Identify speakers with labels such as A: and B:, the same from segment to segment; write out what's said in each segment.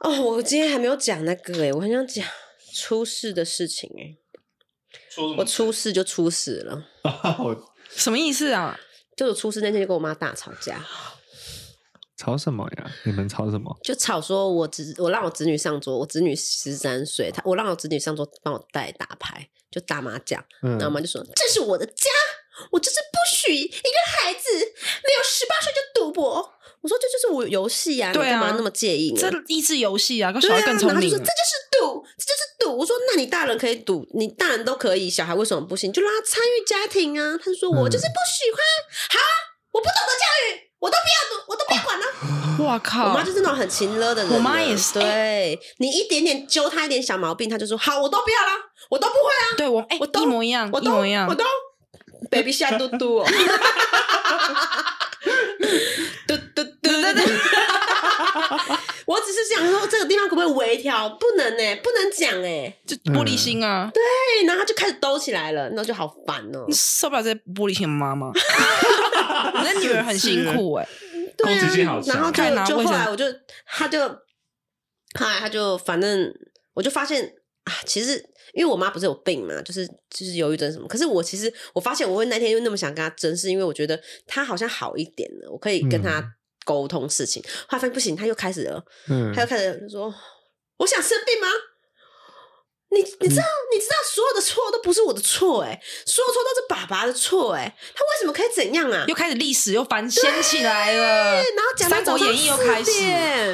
A: 哦，我今天还没有讲那个哎，我很想讲出事的事情哎，
B: 说什么
A: 我出事就出事了，
B: 我
C: 什么意思啊？
A: 就我出事那天就跟我妈大吵架，
D: 吵什么呀？你们吵什么？
A: 就吵说我侄我让我侄女上桌，我侄女十三岁，她我让我侄女上桌帮我带打牌，就打麻将，
D: 嗯
A: 然后我妈就说这是我的家，我就是不许一个孩子没有十八岁就赌博。我说这就是我游戏呀、啊，你
C: 对啊
A: 干嘛那么介意、啊？
C: 这益智游戏啊，跟
A: 对
C: 小
A: 啊，
C: 孩更聪
A: 然后就
C: 明
A: 说这。就是赌，这就是赌。我说那你大人可以赌，你大人都可以，小孩为什么不行？就让他参与家庭啊。他就说我就是
C: 嗯
A: 不喜欢，好、啊，我不懂得教育，我都不要赌，我都不要管了、
C: 哇
A: 我
C: 靠！
A: 妈就是那种很勤勒的人啊，
C: 哦我妈也是
A: 对你一点点揪她一点小毛病，她就说好，我都不要啦，我都不会啊，
C: 对我哎
A: 我，都
C: 一模一样，
A: 我
C: 一
A: 都
C: 模一样
A: 我。都 baby 下嘟嘟哦，嘟嘟嘟嘟嘟。 我只是想说，这个地方可不可以微调？不能呢、不能讲哎、
C: 就玻璃心啊，
A: 对，然后他就开始兜起来了，那就好烦哦、
C: 你受不了这些玻璃心的妈 妈。
A: 啊
C: 你的女儿很辛苦哎，
A: 对
B: 攻击性好
A: 啊，
B: 强
A: 然后就
C: 看拿
A: 就
C: 卫
A: 后
C: 生
A: 来我就，他就，后来他就反正我就发现啊，其实因为我妈不是有病嘛，就是就是忧郁症什么，可是我其实我发现我会那天又那么想跟她争，是因为我觉得她好像好一点了，我可以跟她
D: 嗯
A: 沟通事情。后来发现不行，她又开始了，
D: 嗯
A: 她又开始就说：“我想生病吗？”你你知道、
B: 嗯
A: 你知道所有的错都不是我的错哎、所有错都是爸爸的错哎、他为什么可以怎样啊？
C: 又开始历史又翻掀起来了。
A: 对，然后讲到
C: 三国
A: 早上
C: 演义又开始
A: 4点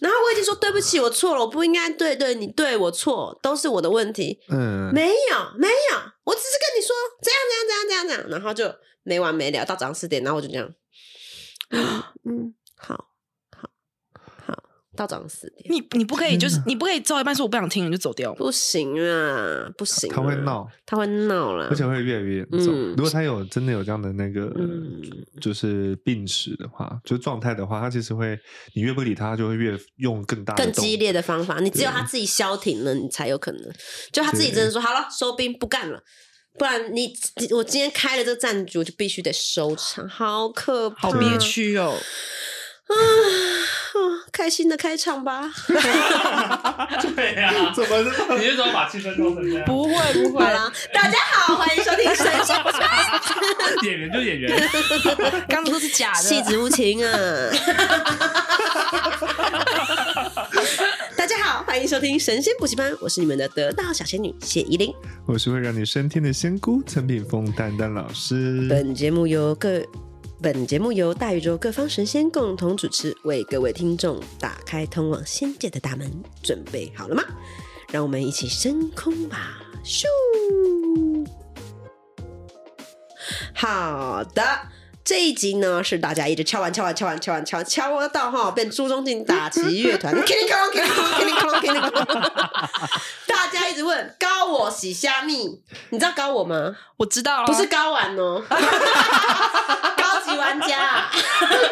A: 然后我已经说对不起，我错了，我不应该，对对，你对我错，都是我的问题，
D: 嗯，
A: 没有没有，我只是跟你说这样这样这样这样这样，然后就没完没了到早上四点，然后我就这 样，嗯，好好好，到早上四点，
C: 你你不可以，就是
D: 天哪
C: 你不可以做到一半说我不想听，你就走掉。
A: 不行啊，不行、
D: 他会，闹，
A: 他会闹啦
D: 而，且会越来越严重。
A: 嗯
D: 如果他有真的有这样的那个，
A: 嗯
D: 就是病史的话，就是状态的话，他其实会，你越不理他，他就会越用更大的
A: 更
D: 动
A: 激烈的方法，你只有
D: 对
A: 他自己消停了，你才有可能。就他自己真的说好了，收兵不干了，不然你你我今天开了这个战局，我就必须得收场，好可怕，
C: 好憋屈哦！
A: 啊！啊开心的开场吧，
B: 对呀、
D: 怎么这么
B: 你是怎么把气氛弄成这样？
C: 不会不
A: 好，啦，大家好，欢迎收听《神仙
B: 演员就演员，
C: 刚刚都是假
A: 戏
C: 的。
A: 子无情啊！ 大家好，欢迎收听《神仙补习班》，我是你们的得道小仙女谢依霖。
D: 我是会让你升天的仙姑陈品峰丹丹老师。
A: 本节目由各本节目由大宇宙各方神仙共同主持，为各位听众打开通往仙界的大门。准备好了吗？让我们一起升空吧！咻！好的，这一集呢是大家一直敲完敲完敲完敲完敲完敲到哈变朱中进打击乐团，叮铃哐啷叮铃哐啷叮铃哐啷叮铃哐啷大家一直问高我洗虾米，你知道高我吗？
C: 我知道了，
A: 不是高玩 哦，高级玩家。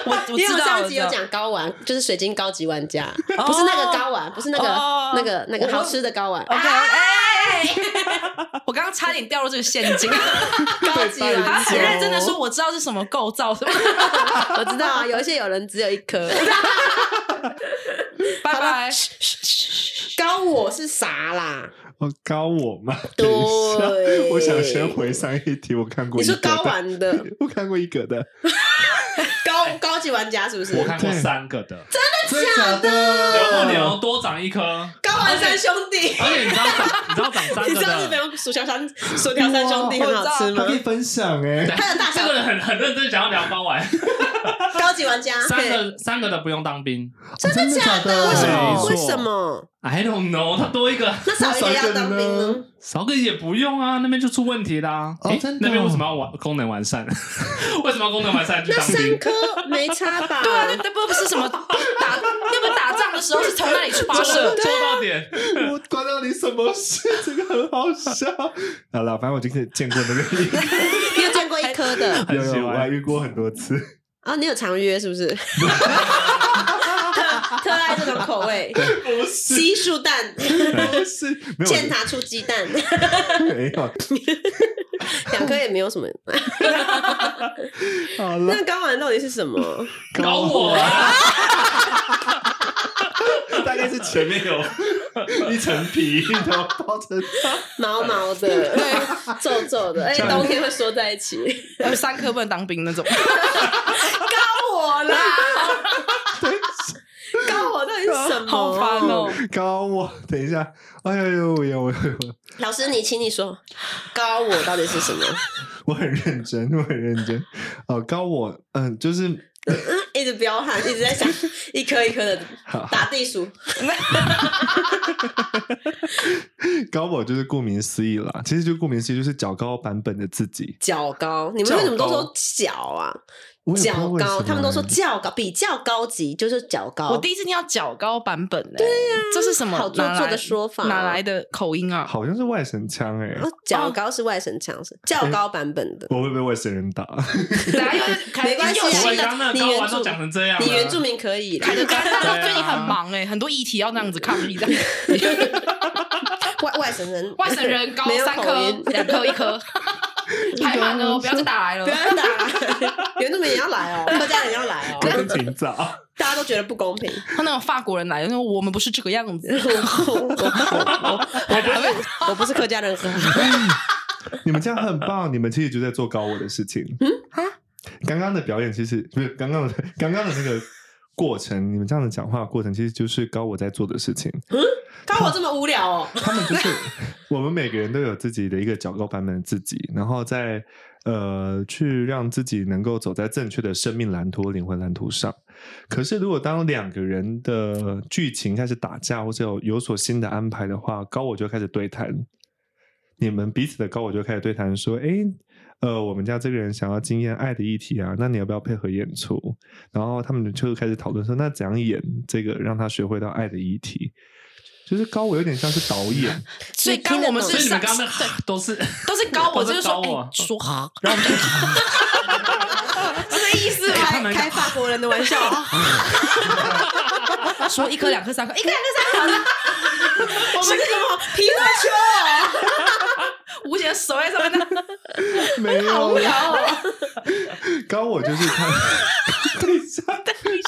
C: 我我
A: 因为
C: 知
A: 我
C: 道
A: 上一集有
C: 我知道
A: 讲高玩，就是水晶高级玩家，
C: 哦
A: 不是那个高玩，不是那个
C: 哦
A: 那个那个
C: 我
A: 好吃的高玩，
C: OK，哎， 我刚刚差点掉入这个陷阱。
A: 高 级
C: 他
A: 玩
C: 很认
A: 家。
C: 真的说，我知道是什么构造，
A: 我知道啊，有一些有人只有一颗。
C: 拜拜。
A: 高我是啥啦？
D: 哦，高我吗？
A: 对
D: 等一下我想先回上一题，我看过
A: 你
D: 一个
A: 说高玩的
D: 我看过一个的，
A: 高高级玩家是不是？
B: 我看过三个的，
D: 真的假的
B: 刘不牛多长一颗，
A: 高玩三兄 弟，
B: 而且你知道长，你知道长 三
A: 你
B: 个
A: 知道日
B: 的。
A: 本薯条三薯条三兄弟很好吃吗
D: 他？可以分享哎、
A: 它的大小
B: 这个人很很认真，想要聊 帮玩。
A: 高级玩家，
B: 三个三个的不用当兵
D: 真的假的
A: 为什么？
B: 对
A: 为什么？
B: ，I don't know，他多一个
A: 那少一个要当兵
D: 那少一个
A: 呢
D: 呢？
B: 少个也不用啊，那边就出问题啦。
D: 哦
B: 诶
D: 真的哦
B: 那边为什么要完功能完善？ 为什么要功能完善去
A: 那
B: 当
A: 三
B: 兵？
A: 颗没差吧？
C: 对啊，那那不不是什么打，那不打仗的时候是从那里发
B: 做到
C: 射。
A: 啊
B: 做到点，
D: 我关到你什么事？这个很好笑。 好了，反正我今天见过那个，
A: 你有见过一颗的
B: 很
D: 有
B: 喜
D: 有，我还
B: 欢。
D: 遇过很多次。
A: 哦？你有常约是不是？ 特特爱这种口 味，
D: 不是，
A: 稀树 蛋，
D: 不是，没有
A: 欠他出鸡 蛋，
D: 没有。
A: 两颗也没有什么。
D: 好 了，
B: 啊
A: 那睾丸到底是什么？
B: 搞我啊！
D: 大概是前面
B: 哎
D: 有一层皮，然后包着
A: 毛毛的，皱皱的，而且哎冬天会缩在一起。
C: 有 三科不能当兵那 种，
A: 高我啦， 高我到底是什么？
C: 好烦哦！！
D: 高我。等一下，哎呦呦呦呦呦！
A: 老师，你请你说，高我到底是什么？
D: 我很认真，我很认真。哦，高我，嗯，就是
A: 一直彪悍，一直在想一颗一颗的
D: 好
A: 打地鼠。
D: 高我，就是顾名思义啦。其实就顾名思义，就是较高版本的自己。
A: 脚高，你们为什么都说脚啊？
D: 我也不知道
A: 脚
D: 为什
A: 高，
D: 么
A: 他们都说
D: 欸
A: 较高，比较高级就是脚高。
C: 我第一次听到较高版本嘞，对啊呀，这是什么
A: 好做
C: 哪来
A: 作的说法
C: 哪来的口音啊？
D: 好像是外省腔哎、
A: 哦脚高是外省腔，是较高版本的。
D: 我会被外省人 打。
C: 哪 有
A: 没关系啊
C: 有
B: 我
C: 新
B: 们
C: 的
B: 刚刚那
A: 你
B: 高
A: 原
B: 玩
A: 住
B: 都讲成这样了，
A: 你原住民可以啦，
C: 开的干，
B: 对啊
C: 最近很忙哎，很多议题要那样子抗议，这样
A: 外外省人，
C: 外省人高
A: 没有
C: 三
A: 口
C: 颗
A: 音，
C: 两颗一 颗，排满了，不要再打来了
A: 不。要打 啦，原住民也要来哦，客家人也要来哦，
D: 真挺早，
A: 大家都觉得不公平。
C: 他那种法国人来，说我们不是这个样子，
A: 我不是我不是客家人，
D: 你们这样很棒，你们其实就在做高我的事情。嗯刚刚的表演其实不是刚刚的，刚刚的那个过程，你们这样的讲话的过程，其实就是高我在做的事情。
A: 看我这么无聊哦。
D: 他们就是 我们每个人都有自己的一个较高版本的自己，然后在呃去让自己能够走在正确的生命蓝图、灵魂蓝图上。可是，如果当两个人的剧情开始打架，或者有有所新的安排的话，高我就开始对谈，你们彼此的高我就开始对谈说，诶，呃，我们家这个人想要经验爱的议题啊，那你要不要配合演出？然后他们就开始讨论说，那怎样演这个让他学会到爱的议题？就是高我有点像是导演，
C: 所以
A: 你
C: 刚
A: 听得
C: 我们
A: 懂
B: 所以
C: 是
B: 你们
C: 上
B: 刚刚
C: 对
B: 那都是
C: 都是高我，
B: 都
C: 就是是
B: 高啊
C: 说
B: 我
C: 哎说好，
B: 然后我们 就
A: 这个意思
B: 他们
A: 开法国人的 玩笑，
C: 说一颗两颗三颗，一颗两颗
A: 我们这个皮诺丘哦，
C: 三颗，吴姐的手在上面 呢，
D: 没
A: 啊
C: 好
D: 有
C: 无聊哦。
D: 高我就是他。 等一下，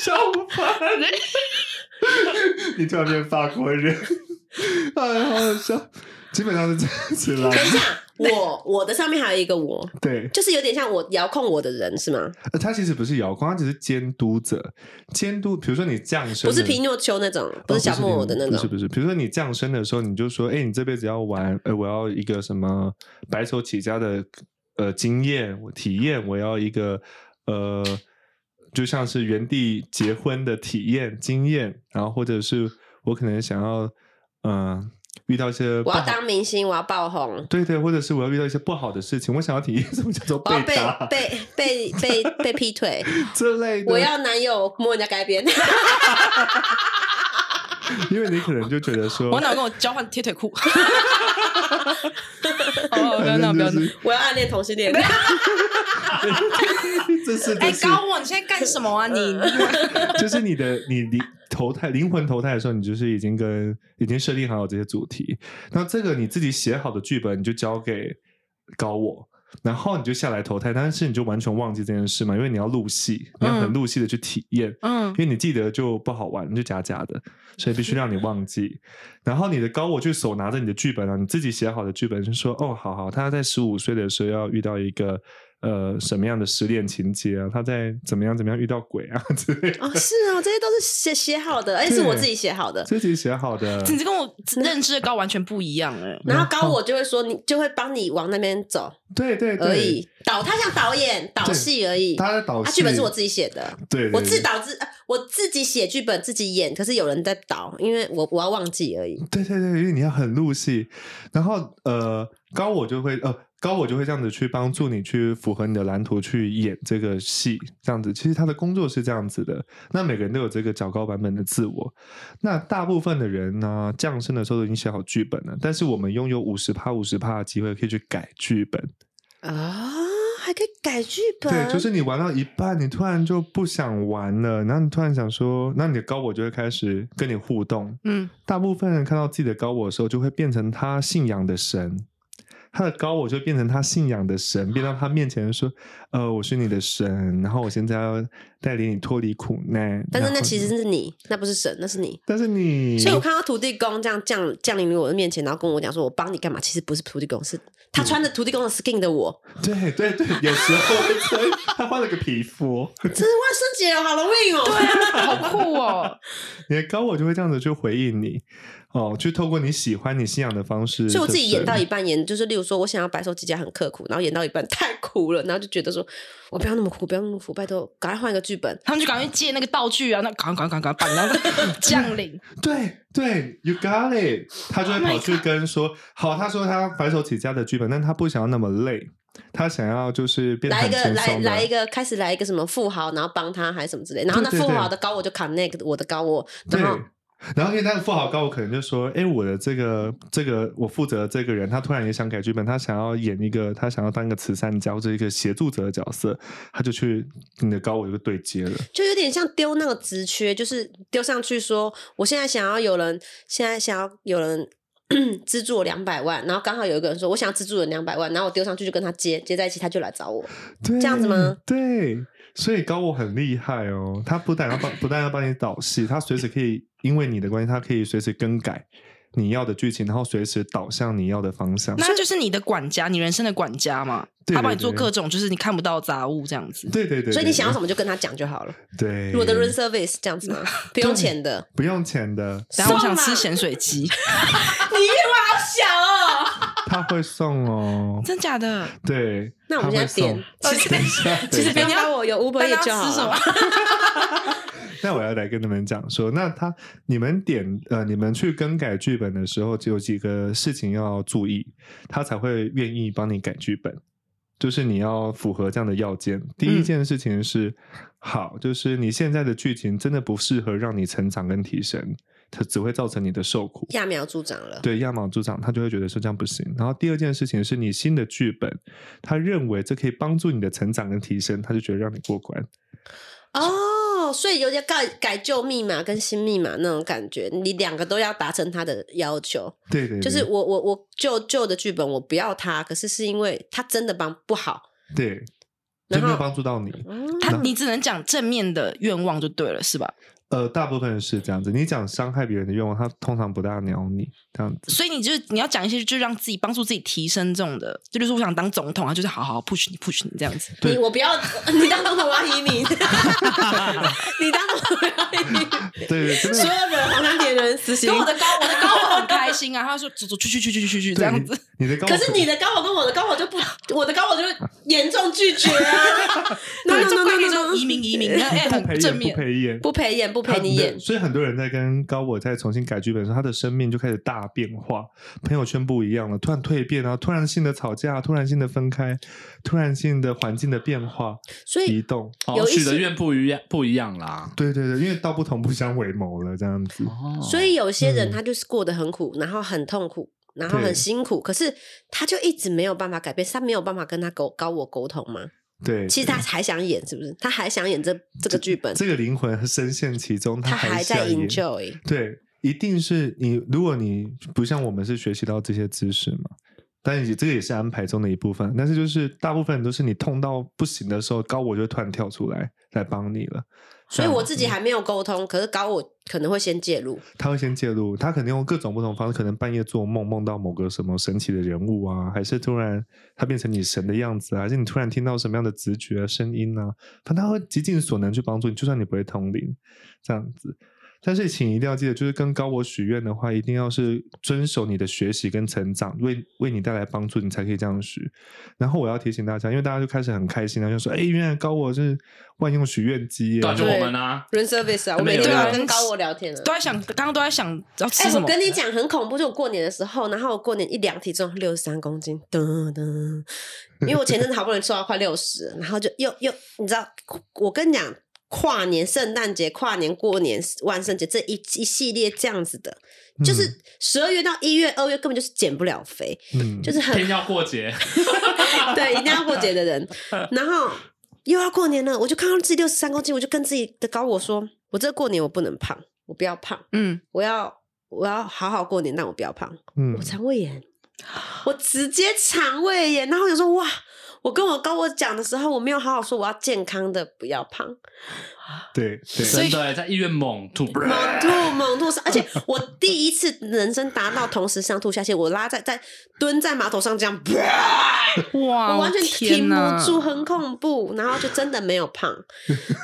D: 小凡， 你突然变法国人， 哎，好好笑。基本上是这样子啦，
A: 我我的上面还有一个我，
D: 对，
A: 就是有点像我遥控我的人是吗？
D: 呃他其实不是遥控，他只是监督者，监督。比如说你降生
A: 不
D: 的，
A: 是皮诺丘那种，不是小木偶的那
D: 哦不是
A: 种。
D: 不是，比如说你降生的时候，你就说，哎、你这辈子要
A: 嗯
D: 玩，呃，我要一个什么白手起家的呃经验，我体验，我要一个呃，就像是原地结婚的体验经验，然后或者是我可能想要，嗯、遇到一些不
A: 我
D: 好
A: 要当明星，我要爆红，
D: 对对，或者是我要遇到一些不好的事情，我想要体验什么叫做
A: 我要被
D: 打
A: 被被被被劈 腿，
D: 这类的，
A: 我要男友摸人家该边，
D: 因为你可能就觉得说，
C: 我哪有跟我交换贴腿裤？ 哦，不要
D: 反
C: 闹，
D: 正
C: 不要
D: 就
C: 闹。
D: 是，
A: 我要暗恋同性恋。
D: 这是
C: 哎
D: 这，是。
C: 高我，你现在干什么啊？你
D: 就是你的你灵投胎灵魂投胎的时候，你就是已经跟已经设定好有这些主题，那这个你自己写好的剧本，你就交给高我。然后你就下来投胎，但是你就完全忘记这件事嘛，因为你要入戏，你要很
C: 嗯
D: 入戏的去体验，
C: 嗯
D: 因为你记得就不好玩，就假假的，所以必须让你忘记。然后你的高我就手拿着你的剧本啊，你自己写好的剧本，就说哦，好好，他在十五岁的时候要遇到一个呃什么样的失恋情节啊，他在怎么样怎么样遇到鬼啊之类 的，
A: 哦，是哦，这些都是写写好的，而且是我自己写好的。
D: 自己写好的。
C: 你这跟我认知的高完全不一样哎。
A: 然后高我就会说，你就会帮你往那边走
D: 对对
A: 而
D: 对，
A: 已，导他像导演导戏而已。
D: 他的导
A: 啊，
D: 戏
A: 剧本是我自己写的，
D: 哦对，
A: 我
D: 对
A: 自。导自呃我自己写剧本自己演，可是有人在导，因为我我要忘记而已。
D: 对对对，因为你要很入戏，然后呃，高我就会呃，高我就会这样子去帮助你去符合你的蓝图去演这个戏，这样子。其实他的工作是这样子的，那每个人都有这个较高版本的自我。那大部分的人呢，降生的时候都已经写好剧本了，但是我们拥有五十趴、五十趴的机会可以去改剧本。
A: 啊、还可以改剧本，
D: 对，就是你玩到一半，你突然就不想玩了，然后你突然想说，那你的高我就会开始跟你互动，
C: 嗯，
D: 大部分人看到自己的高我的时候，就会变成他信仰的神，他的高我就变成他信仰的神，变到他面前说：“呃，我是你的神，然后我现在要带领你脱离苦难。”
A: 但是
D: 然
A: 那
D: 后
A: 其实
D: 你，
A: 是你，那不是神，那是你。
D: 但是你，
A: 所以我看到土地公这样降降临于我的面前，然后跟我讲说：“我帮你干嘛？”其实不是土地公，是他
D: 嗯
A: 穿着土地公的 skin 的 我。
D: 对对对，有时候会吹他换了个皮肤，
A: 真是万圣节哦，好 Halloween 哦！
D: 啊
A: 对
C: 好酷哦！
D: 你的高我就会这样子去回应你，哦，去透过你喜欢你信仰的方式的 神。
A: 所以我自己演到一半演，就是例如说我想要白手起家很刻苦，然后演到一半太 苦了，然后就觉得说我不要那么苦，不要那么苦，拜托，赶快换一个剧本。
C: 他们就赶快借那个道具啊，那赶快赶快赶快，然后 降临。
D: 对对，You got it，他就会
C: Oh my
D: 跑去跟说，好，他说他白手起家的剧本，但他不想要那么累，他想要就是变得
A: 来
D: 很
A: 一个
D: 轻
A: 来
D: 松的
A: 来一个开始来一个什么富豪，然后帮他还是什么之类，然后那
D: 对对
A: 富
D: 对
A: 豪的高我就 connect 我的高我，
D: 对
A: 然后。
D: 然后，因为他的富豪高，我可能就说：“哎，我的这个这个，我负责的这个人，他突然也想改剧本，他想要演一个，他想要当一个慈善家或者一个协助者的角色，他就去你的高我就对接了。
A: 就有点像丢那个职缺，就是丢上去说，我现在想要有人，现在想要有人 资助我两百万，然后刚好有一个人说我想要资助人两百万，然后我丢上去就跟他接，接在一起他就来找我。
D: 对，
A: 这样子吗？
D: 对，所以高我很厉害哦，他不但要 帮，不但要帮你导戏，他随时可以因为你的关系，他可以随时更改你要的剧情，然后随时导向你要的方向。
C: 那就是你的管家，你人生的管家嘛。
D: 对
C: 他帮你
D: 对
C: 做
D: 对
C: 各种就是你看不到的杂物这样子。
D: 对对对，
A: 所以你想要什
D: 么？
A: 么就跟他讲就好了。
D: 对，
A: 我的 room service 这样子吗？不用钱的，
D: 不用钱的，
C: 然后我想
A: 送
C: 吃
A: 啦
C: 咸水鸡，。
D: 他会送哦
C: 真假 的？
D: 对，
A: 那我们
D: 他会
A: 现在点
D: 送。其实等一下，
A: 其实不
D: 等一
A: 用
D: 下
A: 帮我有 Uber
C: 那
A: e
C: 要
A: 就
C: 吃
A: 好
C: 什么
A: 了。？
D: 那我要来跟你们讲说，那他你们点呃，你们去更改剧本的时候，只有几个事情要注意，他才会愿意帮你改剧本。就是你要符合这样的要件。第一
C: 嗯
D: 件事情是，好，就是你现在的剧情真的不适合让你成长跟提升，它只会造成你的受苦。
A: 揠苗助长了，
D: 对亚毛助长，他就会觉得说这样不行。然后第二件事情是你新的剧本，他认为这可以帮助你的成长跟提升，他就觉得让你过关。
A: 哦，所以有点改改旧密码跟新密码那种感觉，你两个都要达成他的要求。
D: 对对对，
A: 就是我我我旧旧的剧本我不要它，可是是因为它真的帮不好，
D: 对，
A: 然
D: 就没
A: 后
D: 有帮助到你。
C: 哦
A: 嗯
C: 他你只能讲正面的愿望就对了，是吧？
D: 呃，大部分是这样子。你讲伤害别人的愿望，他通常不大鸟你这样子。
C: 所以你就是你要讲一些就是让自己帮助自己提升这种的，就比如说我想当总统啊，就是好好 push 你 push 你这样子。
D: 对
A: 你我不要你 当总统我要移民，你当总统我要移民，
D: 对对，真
A: 所
D: 的。
A: 有人红蓝铁人死刑
C: 跟。我的高我的高我很开心啊，他说走走去去去去去去这
D: 对
C: 样子，
D: 你的高，
A: 可是你的高我跟我的高我就不，我的高我就严重拒绝啊！
C: 对，就怪你
A: no
C: 说移民移民，那哎
D: 不陪
C: 很
D: 演
C: 正
D: 不
C: 面。
D: 陪演，
A: 不陪演不
D: 他
A: 陪你
D: 的
A: 演，
D: 所以很多人在跟高我在重新改剧本的时候，他的生命就开始大变化，朋友圈不一样了，突然蜕变啊，突然性的吵架，突然性的分开，突然性的环境的变化，
A: 所
D: 移
A: 以
D: 动。
B: 哦，
A: 有一
B: 许的
A: 些
B: 愿不一样，不一样啦。
D: 对对对，因为道不同不相为谋了，这样子。
B: 哦
A: 所以有些人
D: 嗯
A: 他就是过得很苦，然后很痛苦，然后
D: 对
A: 很辛苦，可是他就一直没有办法改变，是他没有办法跟他沟高我沟通吗？
D: 对，
A: 其实他还想演，是不是？他还想演这这个剧本，
D: 这个灵魂深陷其中，
A: 他还
D: 想
A: 在
D: 演
A: enjoy。
D: 对，一定是你。如果你不像我们是学习到这些知识嘛，但也这个也是安排中的一部分。但是就是大部分人都是你痛到不行的时候，高我就会突然跳出来来帮你了。
A: 所以
D: 这样
A: 我自己还没有沟通，可是搞我可能会先介入。
D: 他会先介入，他可能用各种不同方式，可能半夜做梦梦到某个什么神奇的人物啊，还是突然他变成你神的样子啊，还是你突然听到什么样的直觉、啊、声音啊，反正他会极尽所能去帮助你，就算你不会通灵这样子。但是请一定要记得，就是跟高我许愿的话，一定要是遵守你的学习跟成长，为为你带来帮助，你才可以这样许。然后我要提醒大家，因为大家就开始很开心了，就说：“哎，原来高我是万用许愿机耶！”
B: 对啊，就我们啊，
A: 人 service 啊，我
B: 那
A: 每天
B: 有
A: 都
B: 人
A: 要跟高我聊天啊。
C: 都在想，刚刚都在想要吃
A: 哎、
C: 什
A: 我
C: 么。
A: 跟你讲，很恐怖。就我过年的时候，然后我过年一量体重六十三公斤，噔噔，因为我前阵子好不容易瘦到快六十，然后就又又，你知道，我跟你讲，跨年、圣诞节、跨年、过年、万圣节这一一系列这样子的，
C: 嗯
A: 就是十二月到一月、二月根本就是减不了肥，
D: 嗯，
A: 就是很
B: 偏要过节，
A: 对，一定要过节的 人。然后又要过年了，我就看到自己六十三公斤，我就跟自己的高我说：“我这过年我不能胖，我不要胖，
C: 嗯，
A: 我要我要好好过年，但我不要胖。
D: 嗯
A: 我肠胃炎，我直接肠胃炎，然后我想说哇，我跟我高我讲的时候，我没有好好说我要健康的，不要 胖，
D: 对 对，
C: 所以
B: 真的在医院猛吐，
A: 猛吐猛吐，而且我第一次人生达到同时上吐下泻，我拉在在蹲在马桶上这样，
C: 哇，
A: 我完全
C: 哦天
A: 停
C: 哪
A: 不住，很恐怖，然后就真的没有 胖，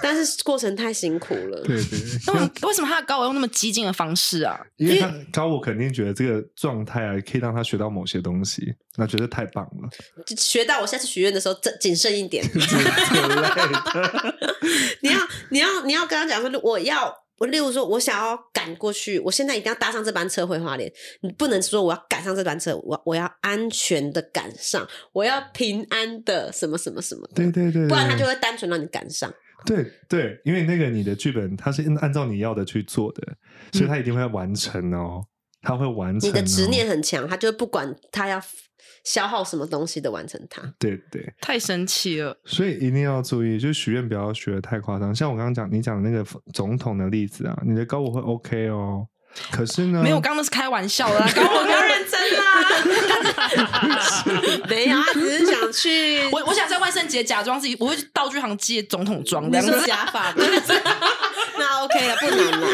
A: 但是过程太辛苦了。
D: 对对，
C: 那为为什么他的高我用那么激进的方式啊？
D: 因为他高我肯定觉得这个状态啊，可以让他学到某些东西，那觉得太棒 了。
A: 就学到我下次许愿的时候，谨谨慎一点。 你要你要你要跟他讲说，我要我例如说，我想要赶过去，我现在一定要搭上这班车回花莲。你不能说我要赶上这班车，我我要安全的赶上，我要平安的什么什么什么
D: 对
A: 的，
D: 对对，
A: 不然他
D: 对
A: 就会单纯让你赶上。
D: 对对，因为那个你的剧本它是按照你要的去做的，所以他一定会完成哦，他会完
A: 嗯
D: 成、
A: 你
D: 哦。
A: 的执念，很强，他就会不管他要消耗什么东西的完成它。
D: 对对，
C: 太神奇了！
D: 所以一定要注意，就许愿不要学的太夸张。像我刚刚讲你讲的那个总统的例子啊，你的高我会 OK 哦，可是
A: 嗯
D: 呢，
C: 没有，我刚刚那是开玩笑的啦，高我没有哦认真啦。
A: 没有，他只是想 去
C: 我我想在万圣节假装自己，我会去道具行借总统装这
A: 你
C: 样
A: 是不是
C: 子，
A: 假发吗？ 那 OK 了，不难了。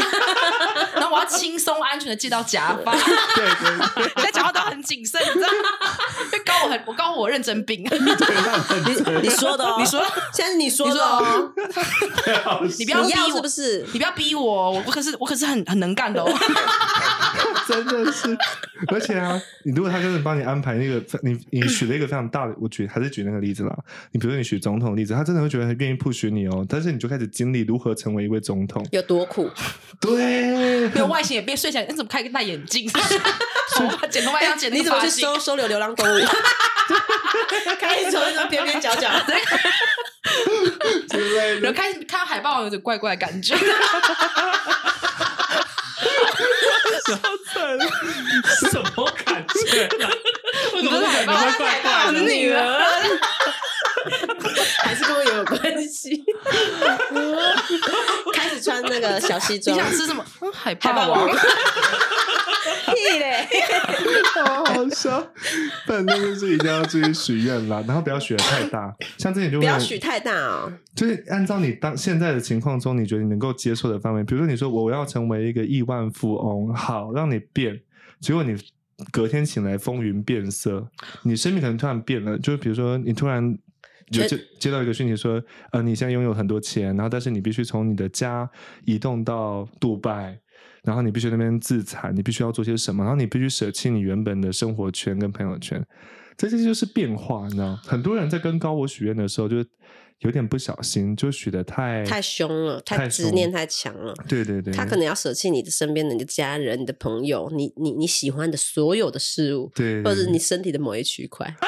C: 然后我要轻松安全的借到假发。
D: 对对对
C: 在讲话都很谨慎，你知道吗？因为高我很，我高我认真病，
A: 你你说的哦，
C: 你说，
A: 现在是你说
C: 你
A: 的
C: 说
A: 哦，
C: 你不
A: 你
C: 要逼
A: 要
C: 我，
A: 是不是？
C: 你不要逼我，我我可是我可是很很能干的哦。
D: 真的是，而且啊，你如果他真的帮你安排那个，你你许了一个非常大的，我举还是举那个例子啦。你比如说你许总统的例子，他真的会觉得很愿意 push 你哦，但是你就开始经历如何成为一位总统。
A: 有多苦？
D: 对，
C: 没有外形也变，睡起来你怎么开个大眼镜？ 头发剪头发要剪那
A: 哎你
C: 个
A: 怎么
C: 发
A: 去
C: 型，
A: 收收留流浪动物？ 开始从那种边边角 角，
D: 之类
C: 然
D: 的
C: 后。开始看到海报有点怪怪的感觉。
B: 什么感觉啊？为什么
C: 不是
B: 会
C: 海
B: 感觉
C: 报
B: 会怪怪
C: 我
B: 的？
C: 女儿，
A: 还是跟我有关系。 开始穿那个小西
C: 你
A: 装，
C: 想吃什么？嗯海
A: 海
C: 霸
A: 霸
C: 王
A: 王。屁嘞！
D: 好好 笑，但那就是一定要注意许愿啦，然后不要许的太大，像这里 就
A: 不
D: 会
A: 要许太大哦。
D: 就是按照你当现在的情况中，你觉得你能够接受的范围，比如说你说我要成为一个亿万富翁，好让你变，结果你隔天醒来风云变色，你生命可能突然变了，就是比如说你突然。有
A: 呃
D: 接接到一个讯息说，呃，你现在拥有很多钱，然后但是你必须从你的家移动到杜拜，然后你必须那边自产，你必须要做些什么，然后你必须舍弃你原本的生活圈跟朋友圈，这些就是变化，你知道？很多人在跟高我许愿的时候，就有点不小心，就许的太
A: 太凶了，太
D: 太
A: 执
D: 凶
A: 念太强了。
D: 对对对，
A: 他可能要舍弃你的身边的你的家人、你的朋友、你你你喜欢的所有的事物，
D: 对，
A: 或者你身体的某一区块。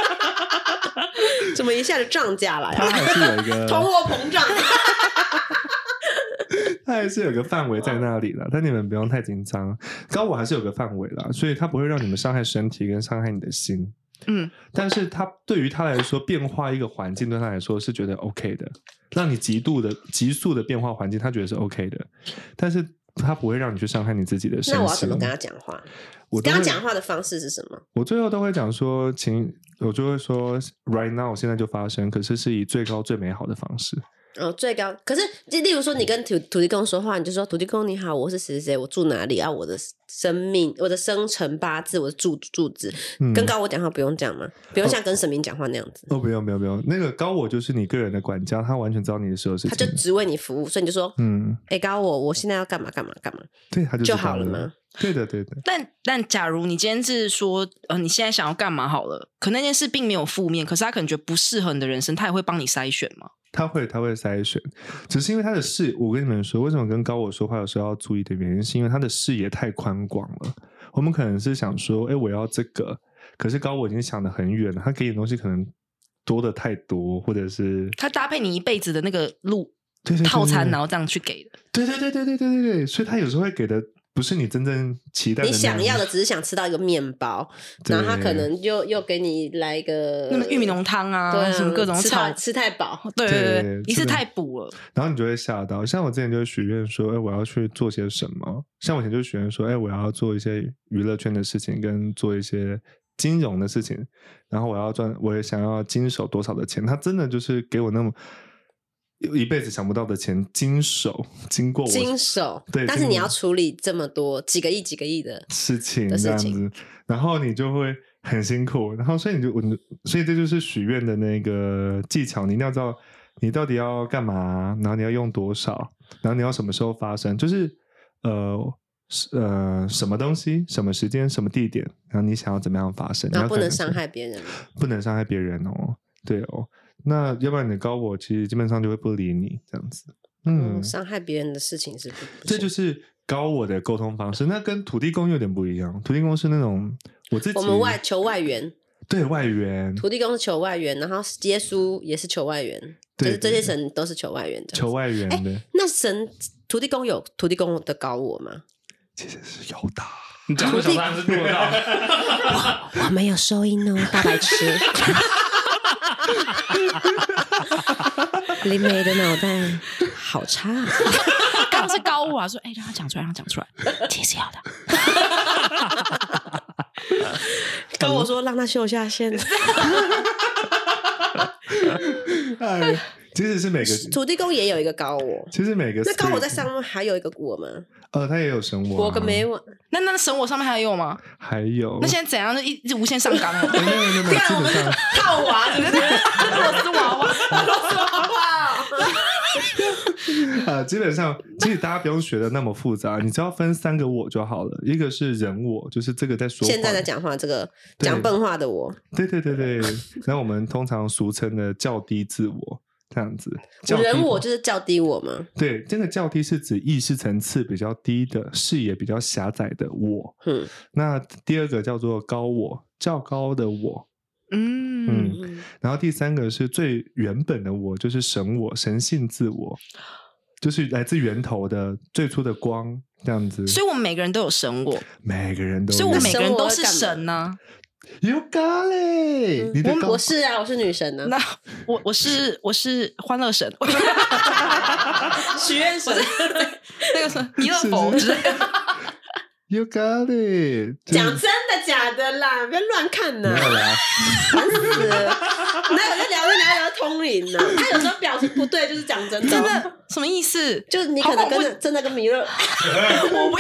A: 怎么一下就涨价了
D: 他
A: 呀？
D: 还是有 一个
A: 通货膨胀，
D: 它还是有个范围在那里了，但你们不用太紧张。高我还是有个范围啦，所以它不会让你们伤害身体跟伤害你的心。
C: 嗯，
D: 但是它对于他来说，变化一个环境对他来说是觉得 OK 的，让你极度的急速的变化环境，他觉得是 OK 的，但是他不会让你去伤害你自己的身心。
A: 那我要怎么跟他讲话？
D: 我都
A: 跟他
D: 会
A: 讲话的方式是什么？
D: 我最后都会讲说，请我就会说 right now 现在就发生，可是是以最高最美好的方式。
A: 哦，最高。可是，就例如说，你跟土土地公说话，你就说：“土地公你好，我是谁谁谁，我住哪里啊？我的生命，我的生辰八字，我的住住址。
D: 嗯
A: 跟高我讲话不用讲吗？不用像跟神明讲话那样子，
D: 哦，不用不用不用，那个高我就是你个人的管家，他完全知道你的所有事
A: 他就
D: 情。
A: 只为你服务，所以你就说：“
D: 嗯，
A: 哎、高我，我现在要干嘛干嘛干嘛
D: 对，他就
A: 就
D: 知道
A: 好了吗？
D: 对的，对的，
C: 但但假如你今天是说，呃，你现在想要干嘛好了，可那件事并没有负面，可是他可能觉得不适合你的人生，他也会帮你筛选嘛。
D: 他会他会筛选，只是因为他的视，我跟你们说，为什么跟高我说话有时候要注意的原因，是因为他的视野太宽广了。我们可能是想说，哎，我要这个，可是高我已经想得很远了，他给你的东西可能多的太多，或者是
C: 他搭配你一辈子的那个路
D: 对对对
C: 套餐，
D: 对
C: 然后这样去给的。
D: 对对对对对对对对，所以他有时候会给的不是你真正期？”待的
A: 你
D: 那
A: 想
D: 样
A: 要的，只是想吃到一个面包，
D: 对
A: 然后他可能又又给你来一个
C: 那么玉米浓汤啊，
A: 对啊
C: 什么各种
A: 吃
C: 炒
A: 太，吃太饱，
C: 对对对
D: 对，
C: 一次
D: 吃的
C: 太补 了。
D: 然后你就会吓到。像我之前就许愿说，哎，我要去做些什么。像我以前就许愿说，哎，我要做一些娱乐圈的事情，跟做一些金融的事情，然后我要赚，我也想要经手多少的钱，他真的就是给我那么一辈子想不到的钱，经手经过我
A: 经手，
D: 对
A: 但是你
D: 经手
A: 要处理这么多几个亿、几个亿的，
D: 事情
A: 的事
D: 这样
A: 情
D: 子，然后你就会很辛苦，然后所以你就我，所以这就是许愿的那个技巧，你一定要知道你到底要干嘛，然后你要用多少，然后你要什么时候发生，就是呃是呃什么东西、什么时间、什么地点，然后你想要怎么样发生，
A: 然后不
D: 你要
A: 能
D: 感觉
A: 伤害别人。
D: 不能伤害别人哦，对哦，那要不然你的高我其实基本上就会不理你这样子，
A: 嗯，伤害别人的事情是不，不
D: 这
A: 行
D: 就是高我的沟通方式。那跟土地公有点不一样，土地公是那种我自己
A: 我们外求外援，
D: 对外援
A: 土地公是求外援，然后耶稣也是求外援，就
D: 对
A: 是这
D: 对
A: 些神都是求外援的。
D: 求外援的、
A: 那神土地公有土地公的高我吗？
D: 其实是有的。
B: 你讲不小三是做到，
A: 我没有收音哦，大白痴！ 林梅的脑袋好差、啊，
C: 刚刚是高我啊，说哎、让他讲出来，让他讲出来，其实要的。
A: 跟我说让他秀一下线。
D: 哎，其实是每个，
A: 土地公也有一个高我，
D: 其实每个
A: 那高我在
D: spirit-
A: 上面还有一个我吗？
D: 呃，他也有神我、啊，
A: 我跟没我，
C: 那那神我上面还有吗？
D: 还有
C: 那现在怎样就一直无限上纲 了？
D: 没有没有没有，基本上
A: 套娃是不是？
C: 我是娃娃，
D: 呃，基本上，其实大家不用学的那么复杂， 你只要分三个我就好了。一个是人我，就是这个在说，
A: 现在在，讲话这个
D: 对
A: 讲笨话的我，
D: 对对对对。然后我们通常俗称的较低自我，这样子。较低
A: 人我就是较低我嘛。
D: 对，这个较低是指意识层次比较低的、视野比较狭窄的我。
A: 嗯
D: 那第二个叫做高我，较高的我。
C: 嗯，
A: 嗯，
D: 然后第三个是最原本的我，就是神我、神性自我，就是来自源头的最初的光这样子。
C: 所以我们每个人都有神我，
D: 每个人都有，
C: 所以我
A: 那
C: 每个人都
A: 神我要
C: 是
A: 干嘛
C: 神啊呢、
D: You got
C: 嗯
D: it！你的
A: 我
D: 高
A: 我是啊，我是女神啊，
C: 那我我 是我是欢乐 神，
A: 许愿神。
C: 那个 什么弥勒佛
D: 是
C: 之类的。
D: You got it！就是
A: 讲真的假的啦，不要乱看
D: 没
A: 呐、
D: 有啦，
A: 烦死了！ 哪有在聊着聊着通灵呢、他有时候表情不对，就是讲真的哦、
C: 真的什么意思？哦
A: 就是你可能
C: 好恐怖
A: 跟真的跟弥勒，
C: 我不要当弥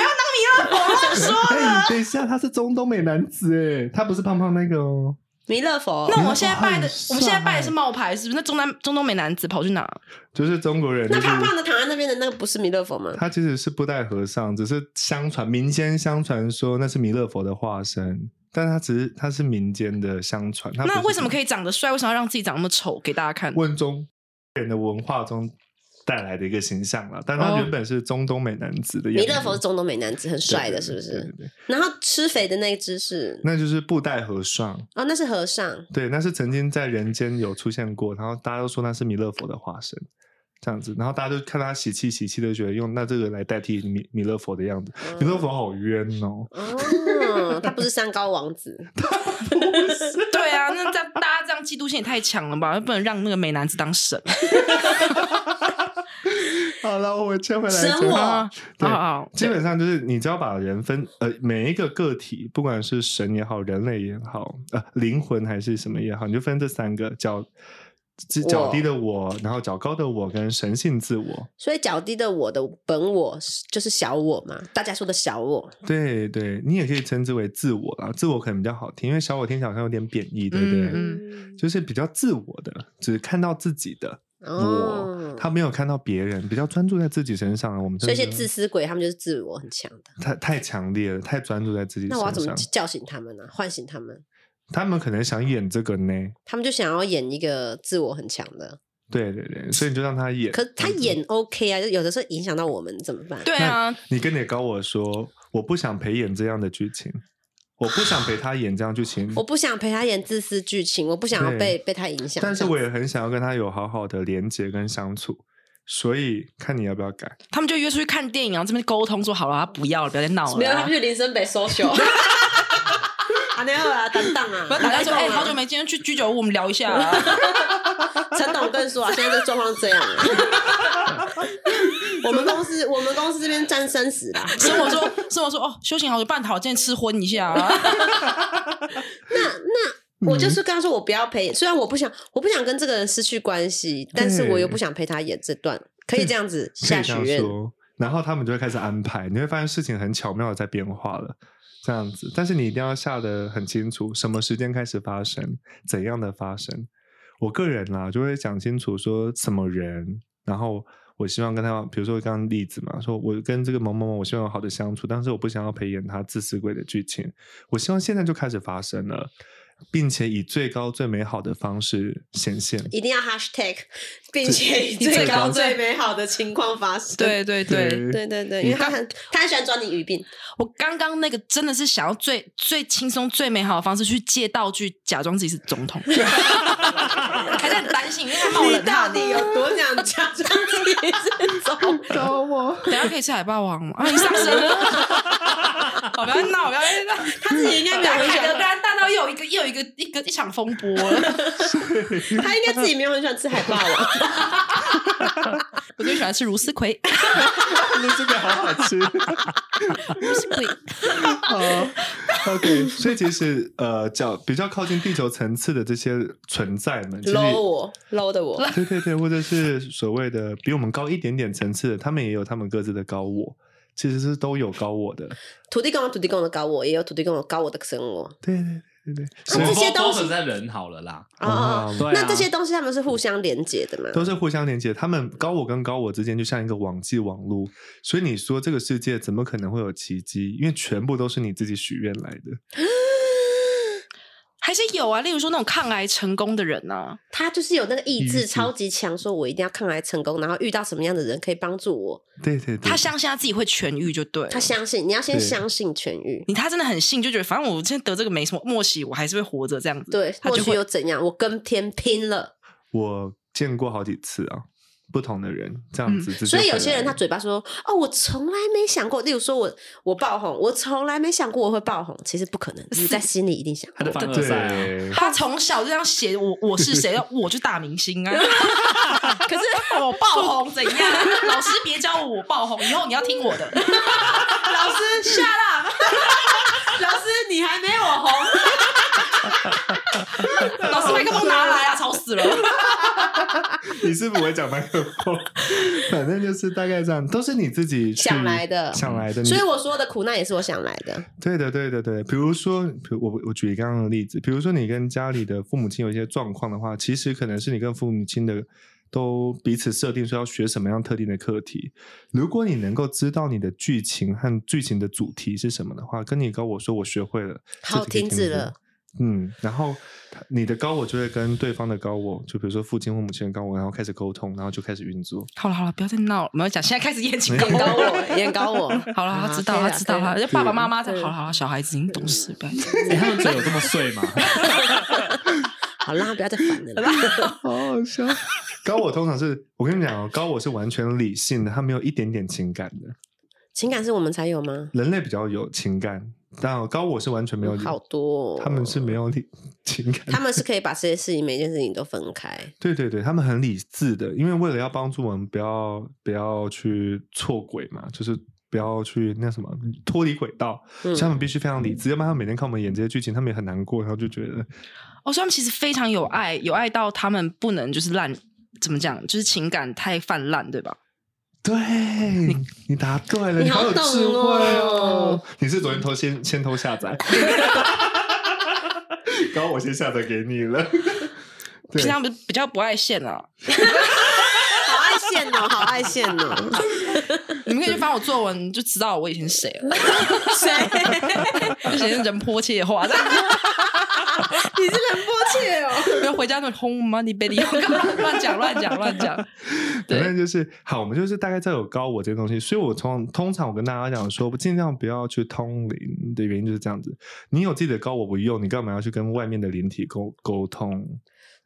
C: 勒佛，乱 说。
D: 哎，等一下，他是中东美男子哎，他不是胖胖那个哦。
A: 弥勒佛
C: 那
D: 弥勒佛
C: 我们现在拜的
D: 很，
C: 我们现在拜
D: 帅
C: 的是冒牌，是不是？那中南中东美男子跑去哪？
D: 就是中国人，就
A: 那
D: 是
A: 胖胖的躺在那边的那个不是弥勒佛吗？
D: 他其实是布袋和尚，只是相传民间相传说那是弥勒佛的化身，但他只是他是民间的相传。他
C: 那为什么可
D: 以
C: 以长得帅？为什么要让自己长那么丑给大家看？
D: 问中人的文化中带来的一个形象了？但他
C: 哦
D: 原本是中东美男子的样
A: 弥
D: 子
A: 勒佛是中东美男子，很帅的，是不？
D: 对对对
A: 是？
D: 对对
A: 然后吃肥的那一只是
D: 那就是布袋和尚，
A: 哦，那是和尚。
D: 对，那是曾经在人间有出现过，然后大家都说那是弥勒佛的化身，这样子，然后大家就看他喜气喜气的，觉得用那这个来代替弥弥勒佛的样子，弥勒佛好冤哦，
A: 嗯哦，他不是山高王子，
C: 对啊，那这样大家这样嫉妒心也太强了吧？不能让那个美男子当神。
D: 好了，我们切回来
A: 神
D: 讲
A: 我
C: 啊
D: 哦对
C: 啊，
D: 基本上就是你只要把人分呃每一个个体，不管是神也好，人类也好，呃灵魂还是什么也好，你就分这三个较这较低的我，然后较高的我跟神性自我。
A: 所以较低的我的本我是就是小我嘛，大家说的小我。
D: 对对，你也可以称之为自我啦，自我可能比较好听，因为小我听起来好像有点贬义，对不对？
C: 嗯
D: 就是比较自我的，只看到自己的我
A: 哦，，
D: 他没有看到别人，比较专注在自己身上啊。我们真
A: 所以
D: 的
A: 一些自私鬼他们就是自我很强的。
D: 太太强烈了，太专注在自己身
A: 那我要怎么
D: 上。
A: 叫醒他们呢、唤醒他们？
D: 他们可能想演这个呢，
A: 他们就想要演一个自我很强的，
D: 对对对，嗯所以你就让他演。
A: 可是他演 OK 啊，就有的时候影响到我们怎么办？，
C: 对啊，
D: 你跟你高我说，我不想陪演这样的剧情，我不想陪他演这样剧情
A: 我不想陪他演自私剧情，我不想要被
D: 对
A: 被他影响。
D: 但是我也很想要跟他有好好的连接跟相处，所以看你要不要改。
C: 他们就约出去看电影，然后啊这边沟通说好了，他不要了，不要再闹了啊。
A: 没有，他们去林森北 social。啊，没有啊，等等啊，
C: 不要打家说，哎，好久
A: 没
C: 没见，去居酒屋我们聊一下啊。
A: 陈董跟你说啊，现在这个状况是这样啊， 我们公司我们公司这边占生死啦。
C: 生活说，生活说，哦，修行好久半好，今天吃荤一下、啊。
A: 那那我就是跟他说，我不要陪，虽然我不想我不想跟这个人失去关系，但是我又不想陪他演这段，嗯 可以这样子
D: 可
A: 下
D: 以
A: 许
D: 这样
A: 愿。
D: 说，然后他们就会开始安排，你会发现事情很巧妙的在变化了，这样子。但是你一定要下的很清楚，什么时间开始发生，怎样的发生。我个人啦，就会讲清楚说什么人，然后我希望跟他，比如说刚刚例子嘛，说我跟这个某某某，我希望有好的相处，但是我不想要陪演他自私鬼的剧情，我希望现在就开始发生了，并且以最高最美好的方式显 现。
A: 一定要 hashtag，并且以最高最美好的情况发生。
C: 对对对，
A: 对对对，因为他很他很喜欢抓你语病，
C: 我刚刚那个真的是想要最最轻松、最美好的方式去借道具，假装自己是总 统，还在担心，因为他冒冷
A: 你到
C: 汗。
A: 底有多想 假装自己是总统？
C: 等一下可以吃海霸王吗？啊，你上身了！ 我不要闹，不要闹！
A: 他自己应该没有很喜
C: 凯德
A: 欢，
C: 丹大到又有一个又有一个一个一场风波了。
A: 他应该自己没有很喜欢吃海啊霸王。
C: 我最喜欢吃茹丝 葵，
D: 这个好好吃。
C: 茹丝葵。
D: 哦 OK，所以其实呃，较比较靠近地球层次的这些存在 们，其实
A: low 我 low 的我，
D: 对对对，或者是所谓的比我们高一点点层次的，他们也有他们各自的高我，其实是都有高我的。
A: 土地公有啊土地公的高我，也有土地公的高我的神我
D: 对对对对对，所
A: 那这
D: 以
A: 些东西
B: 都在人好了啦。
A: 啊啊！啊
D: 啊
B: 对啊
A: 那这些东西他们是互相连接的嘛？
D: 都是互相连接。他们高我跟高我之间就像一个网际网路，所以你说这个世界怎么可能会有奇迹？因为全部都是你自己许愿来的。
C: 还是有啊，例如说那种抗癌成功的人啊，
A: 他就是有那个意
D: 意
A: 志
D: 志
A: 超级强，说我一定要抗癌成功，然后遇到什么样的人可以帮助我，
D: 对对对，
C: 他相信他自己会痊愈就对了。
A: 他相信你要先
D: 对
A: 相信痊愈。
C: 你他真的很信，就觉得反正我现在得这个没什么默契，我还是会活着这样子。
A: 对，
C: 他
A: 或
C: 就
A: 许
C: 会
A: 又怎样？我跟天拼了。
D: 我见过好几次啊，不同的人这样
C: 嗯
D: 子直接回
A: 所
D: 来了、
A: 以有些人他嘴巴说：“哦，我从来没想过。”例如说我我爆红，我从来没想过我会爆红，其实不可能，你在心里一定想
B: 他的
A: 过。
B: 凡尔赛啊，
D: 对，
C: 他从小就这样写我我是谁， 我就大明星 啊。可是我爆红怎样？ 老师别教我我爆红，以后你要听我 的。
A: 老师下啦， 老师你还没我红。
C: 老师麦克风拿来啊，吵死了。
D: 你是不会讲麦克风，反正就是大概这样，都是你自己去
A: 想来的
D: 想来的。
A: 所以
D: 你
A: 我说的苦难也是我想来的。
D: 对的，对的，对的。比如说，比如我我举刚刚的例子，比如说你跟家里的父母亲有一些状况的话，其实可能是你跟父母亲的都彼此设定说要学什么样特定的课题。如果你能够知道你的剧情和剧情的主题是什么的话，跟你跟我说我学会了，
A: 好
D: 这题可以
A: 停止
D: 过
A: 了。
D: 嗯，然后他你的高我就会跟对方的高我，就比如说父亲或母亲的高我，然后开始沟通，然后就开始运作。
C: 好了好了，不要再闹了，我们要讲，现在开始演情
A: 眼
C: 高。
A: 高我，眼高我。
C: 好了，他知
A: 可以
C: 道，他
A: 了
C: 知道，
A: 可以了
C: 他爸爸妈妈才
A: 对
C: 好了好了，小孩子已经懂事，不要讲。
B: 哎他们嘴有这么碎吗？
A: 好啦，不要再烦了啦。
D: 好好笑。 高我通常是我跟你讲哦，高我是完全理性的，他没有一点点情感的。
A: 情感是我们才有吗？
D: 人类比较有情感，但哦高我是完全没有理，
A: 好多、哦，
D: 他们是没有理情感的。
A: 他们是可以把这些事情每件事情都分开。
D: 对对对，他们很理智的，因为为了要帮助我们不要不要去错轨嘛，就是不要去那什么脱离轨道，
A: 嗯
D: 所以他们必须非常理智，要不然他们每天看我们演这些剧情，他们也很难过，然后就觉得
C: 哦，所以他们其实非常有爱，有爱到他们不能就是烂，怎么讲，就是情感太泛滥，对吧？
D: 对你答对了，
A: 你
D: 你
A: 好
D: 有
A: 懂
D: 智慧
A: 哦
D: 哦！你是昨天偷先先偷 下载，刚刚我先下载给你了。对
C: 平常不比较不爱现啊。
A: 好爱线哦，好爱线哦。
C: 你们可以去翻我作文，你就知道我以前是谁 了。
A: 谁？
C: 以前人泼切话，这样
A: 你是很迫切哦。
C: 然后回家那轰妈你 baby，乱 乱讲乱讲乱讲。
D: 反
C: 对，
D: 正就是好，我们就是大概在有高我这些东西，所以我通通常我跟大家讲说，尽量不要去通灵的原因就是这样子。你有自己的高我不用，你干嘛要去跟外面的灵体沟沟通？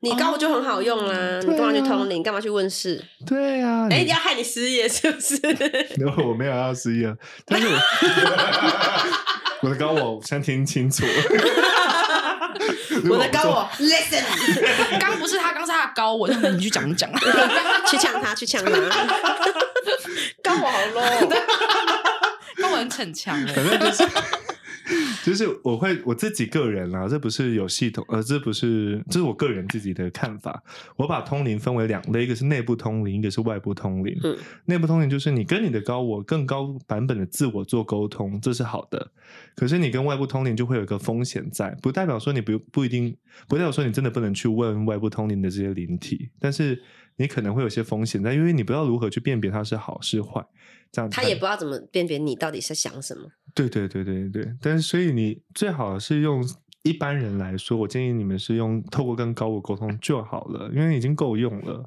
A: 你高我就很好用
C: 哦
A: 啦，你干嘛去通灵？干嘛去问世？
D: 对呀、啊，
A: 哎、你要害你失业是不是？
D: 然后 我没有要失业，但是我 我的高我先听清楚，
A: 我的高我 listen，
C: 刚不是啊他，刚是他的高，我就你去讲你讲。
A: 去呛他，去呛他。高
C: 跟我好 low，跟我很逞强欸。
D: 反正就是 就是我会我自己个人啊，这不是有系统，呃，这不是这是我个人自己的看法。我把通灵分为两类，一个是内部通灵，一个是外部通灵。
A: 嗯
D: 内部通灵就是你跟你的高我更高版本的自我做沟通，这是好的。可是你跟外部通灵就会有一个风险在，不代表说你不不一定，不代表说你真的不能去问外部通灵的这些灵体，但是你可能会有些风险在，因为你不知道如何去辨别它是好是坏。这样
A: 他
D: 才
A: 也不知道怎么辨别你到底在想什么。
D: 对对对对对，但是所以你最好是用一般人来说，我建议你们是用透过跟高我沟通就好了，因为已经够用了，